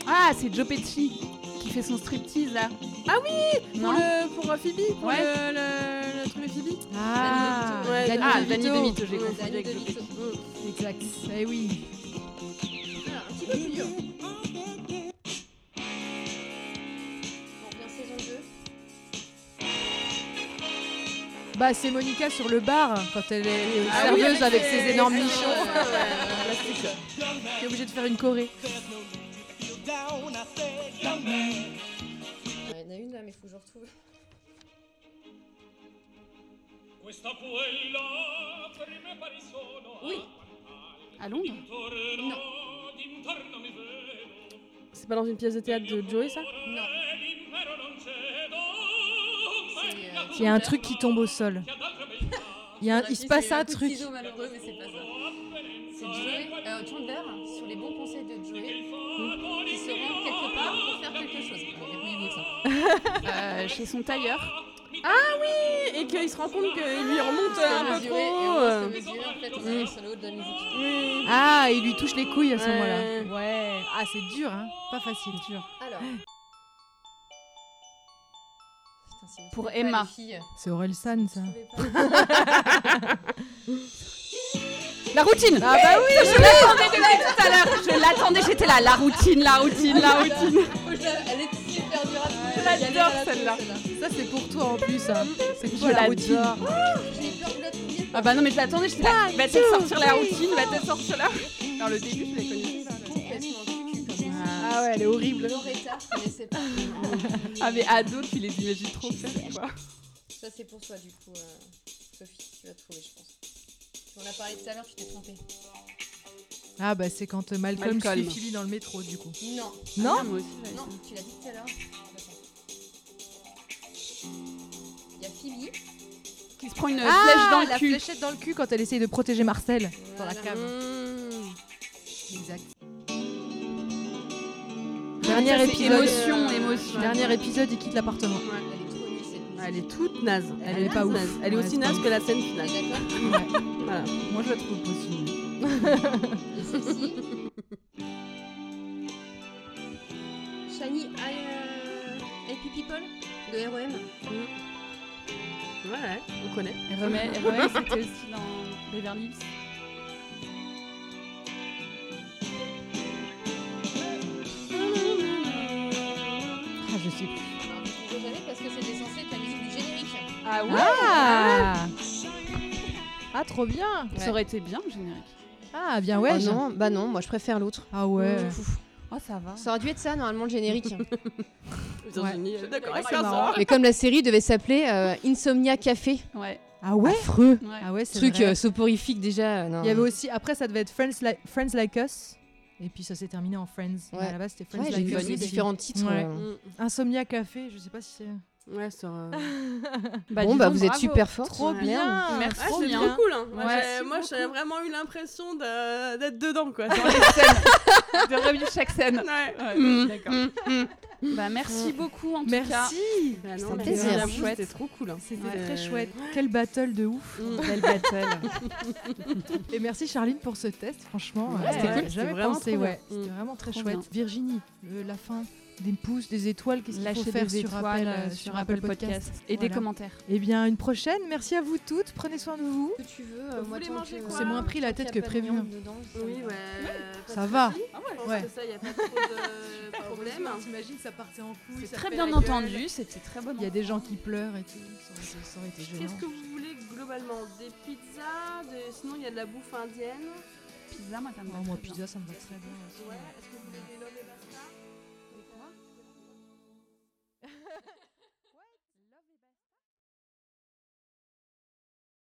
Ah, c'est Joe Pesci qui fait son striptease là. Ah oui Pour, Non le, pour euh, Phoebe Pour Ouais. le, le, le truc de Phoebe Ah, Ouais, Danny Ah, DeVito. Danny DeVito, j'ai Ouais, compris. Danny avec Joe DeVito. Exact. Eh oui. Ah, un petit peu plus dur. On revient saison 2. Bah, c'est Monica sur le bar quand elle est Ah oui, serveuse avec, ses énormes ouais, nichons. ouais, ouais, ouais, plastique. Qui est obligée de faire une choré. Ouais, il y en a une là, mais il faut que je retrouve. Oui, À Londres C'est pas dans une pièce de théâtre de Joey, ça non. C'est, euh, Il y a un truc qui tombe au sol. Il, y a un- il se passe C'est un coup de truc. ciseau malheureux, mais c'est pas ça. C'est Joey, euh, Chandler, sur les bons conseils de Joey, Hmm. qui se rend quelque part pour faire quelque chose. Bon, débrouillez-vous avec ça. Euh, Chez son tailleur. Et qu'il se rend compte qu'il lui remonte un peu mesurer, et trop. on euh, se mesurer, en fait, on s'arrive sur le haut de la musique. oui. Ah, il lui touche les couilles à ce Ouais. moment-là. Ouais. Ah, c'est dur, hein. Pas facile. Dur. Alors. Putain, si vous Pour trouvez pas, Emma. les filles, C'est Aurel San, ça. vous trouvez pas. La routine Ah, bah oui. Je l'attendais depuis tout à l'heure Je l'attendais, j'étais là. La routine, la routine, la routine. Faut que je la- Elle est super dure à trouver. l'adore, Elle est à la trouver, celle-là. Ça, c'est pour toi en plus, hein. C'est Je pour la routine. l'adore. J'ai peur que vous la trouviez. Ah bah non, mais je l'attendais, j'étais là. Va te sortir la routine, va te sortir la routine. Dans le début, je l'ai connue. Complètement cucu comme ça. Ah ouais, elle est horrible. Loretta, je connaissais pas. Ah mais ado, tu les imagines trop faibles quoi. Ça, c'est pour toi, du coup, euh, Sophie. Tu vas trouver, je pense. Tu en as parlé tout à l'heure, tu t'es trompée. Ah bah c'est quand euh, Malcolm, Malcolm. suit Phoebe dans le métro du coup. Non. Non moi aussi, j'avais Non, tu l'as dit tout à l'heure. Il y a Phoebe. Qui se prend une Ah, flèche dans le la cul. fléchette dans le cul quand elle essaye de protéger Marcel dans la cave. Mmh. Exact. Dernier Ça, c'est épisode. émotion, émotion. Dernier épisode, il quitte l'appartement. Elle est trop nulle cette musique. Ah, Elle est toute naze. Elle, Elle est, est pas toute ouf. naze. Elle est Ouais, aussi c'est pas naze ouf. que la scène finale. T'es d'accord Voilà. Moi je la trouve possible. Et celle-ci. Shani, I, euh, Happy People de R.O.M. Ouais, ouais, on connaît. Et Remel, et Remel, c'était aussi dans Beverly Hills. Ah je sais. plus. Alors, je ne trouve jamais parce que c'était censé être la musique du générique. Ah ouais Ah Ah trop bien. Ça aurait été bien le générique. Ah bien ouais. Ah non, bah non, moi je préfère l'autre. Ah ouais. Du coup. Oh, ça va. Ça aurait dû être ça normalement le générique. Virginie, elle est d'accord avec C'est marrant. ça. Mais comme la série devait s'appelait euh, Insomnia Café, Ouais. Ah ouais. affreux. ouais. Ah ouais c'est Truc vrai. euh, soporifique déjà. euh, non. Il y avait aussi après ça devait être Friends Like Friends Like Us et puis ça s'est terminé en Friends. Mais Ouais. à la base c'était Friends Ouais, j'ai Like vu Us. aussi aussi. différents titres. Ouais. euh. Insomnia Café, je sais pas si c'est Mmh, Ouais, sur. euh, Bah, bon dis bah donc, vous êtes bravo. super forts. trop Ouais. bien. Merci Ah, trop c'est bien. trop cool. hein. Moi, Ouais. j'ai- Merci moi, j'ai beaucoup. vraiment eu l'impression de- d'être dedans, quoi. Dans Les scènes. De revivre chaque scène. Ouais. Ouais, Mm. d'accord. Bah, merci beaucoup en tout cas. Merci. Bah C'est non, un mais plaisir. j'avoue, Chouette. C'était trop cool. hein. C'était Ouais. très chouette. Quel battle de ouf. Mm. Belle battle. Et merci Charline pour ce test, franchement. Ouais, euh, c'était cool, j'avais c'était Jamais vraiment pensé, trop ouais. bien. C'était vraiment très Trop chouette. bien. Virginie, euh, la fin des pouces, des étoiles, qu'est-ce qu'il faut Lâchez faire des sur, étoiles Apple, euh, euh, sur Apple Podcast, et des Voilà. commentaires. Eh bien, à une prochaine. Merci à vous toutes. Prenez soin de vous. que tu veux. Vous voulez manger quoi C'est moins pris la tête que prévu. hein. Oui, ouais. Parce Ça que va. si, Je pense Ouais. que ça, y a pas trop de problème. T'imagines, ça partait en couille. C'est très bien entendu, c'était très bon. Il y a des gens qui pleurent et tout. Ça aurait été- Ça aurait été Qu'est-ce gênant. que vous voulez globalement Des pizzas des- Sinon, il y a de la bouffe indienne. pizza, moi ça me va Oh, moi, très bien. pizza, ça me va très bien. aussi. Ouais. Est-ce que vous voulez des lobes et des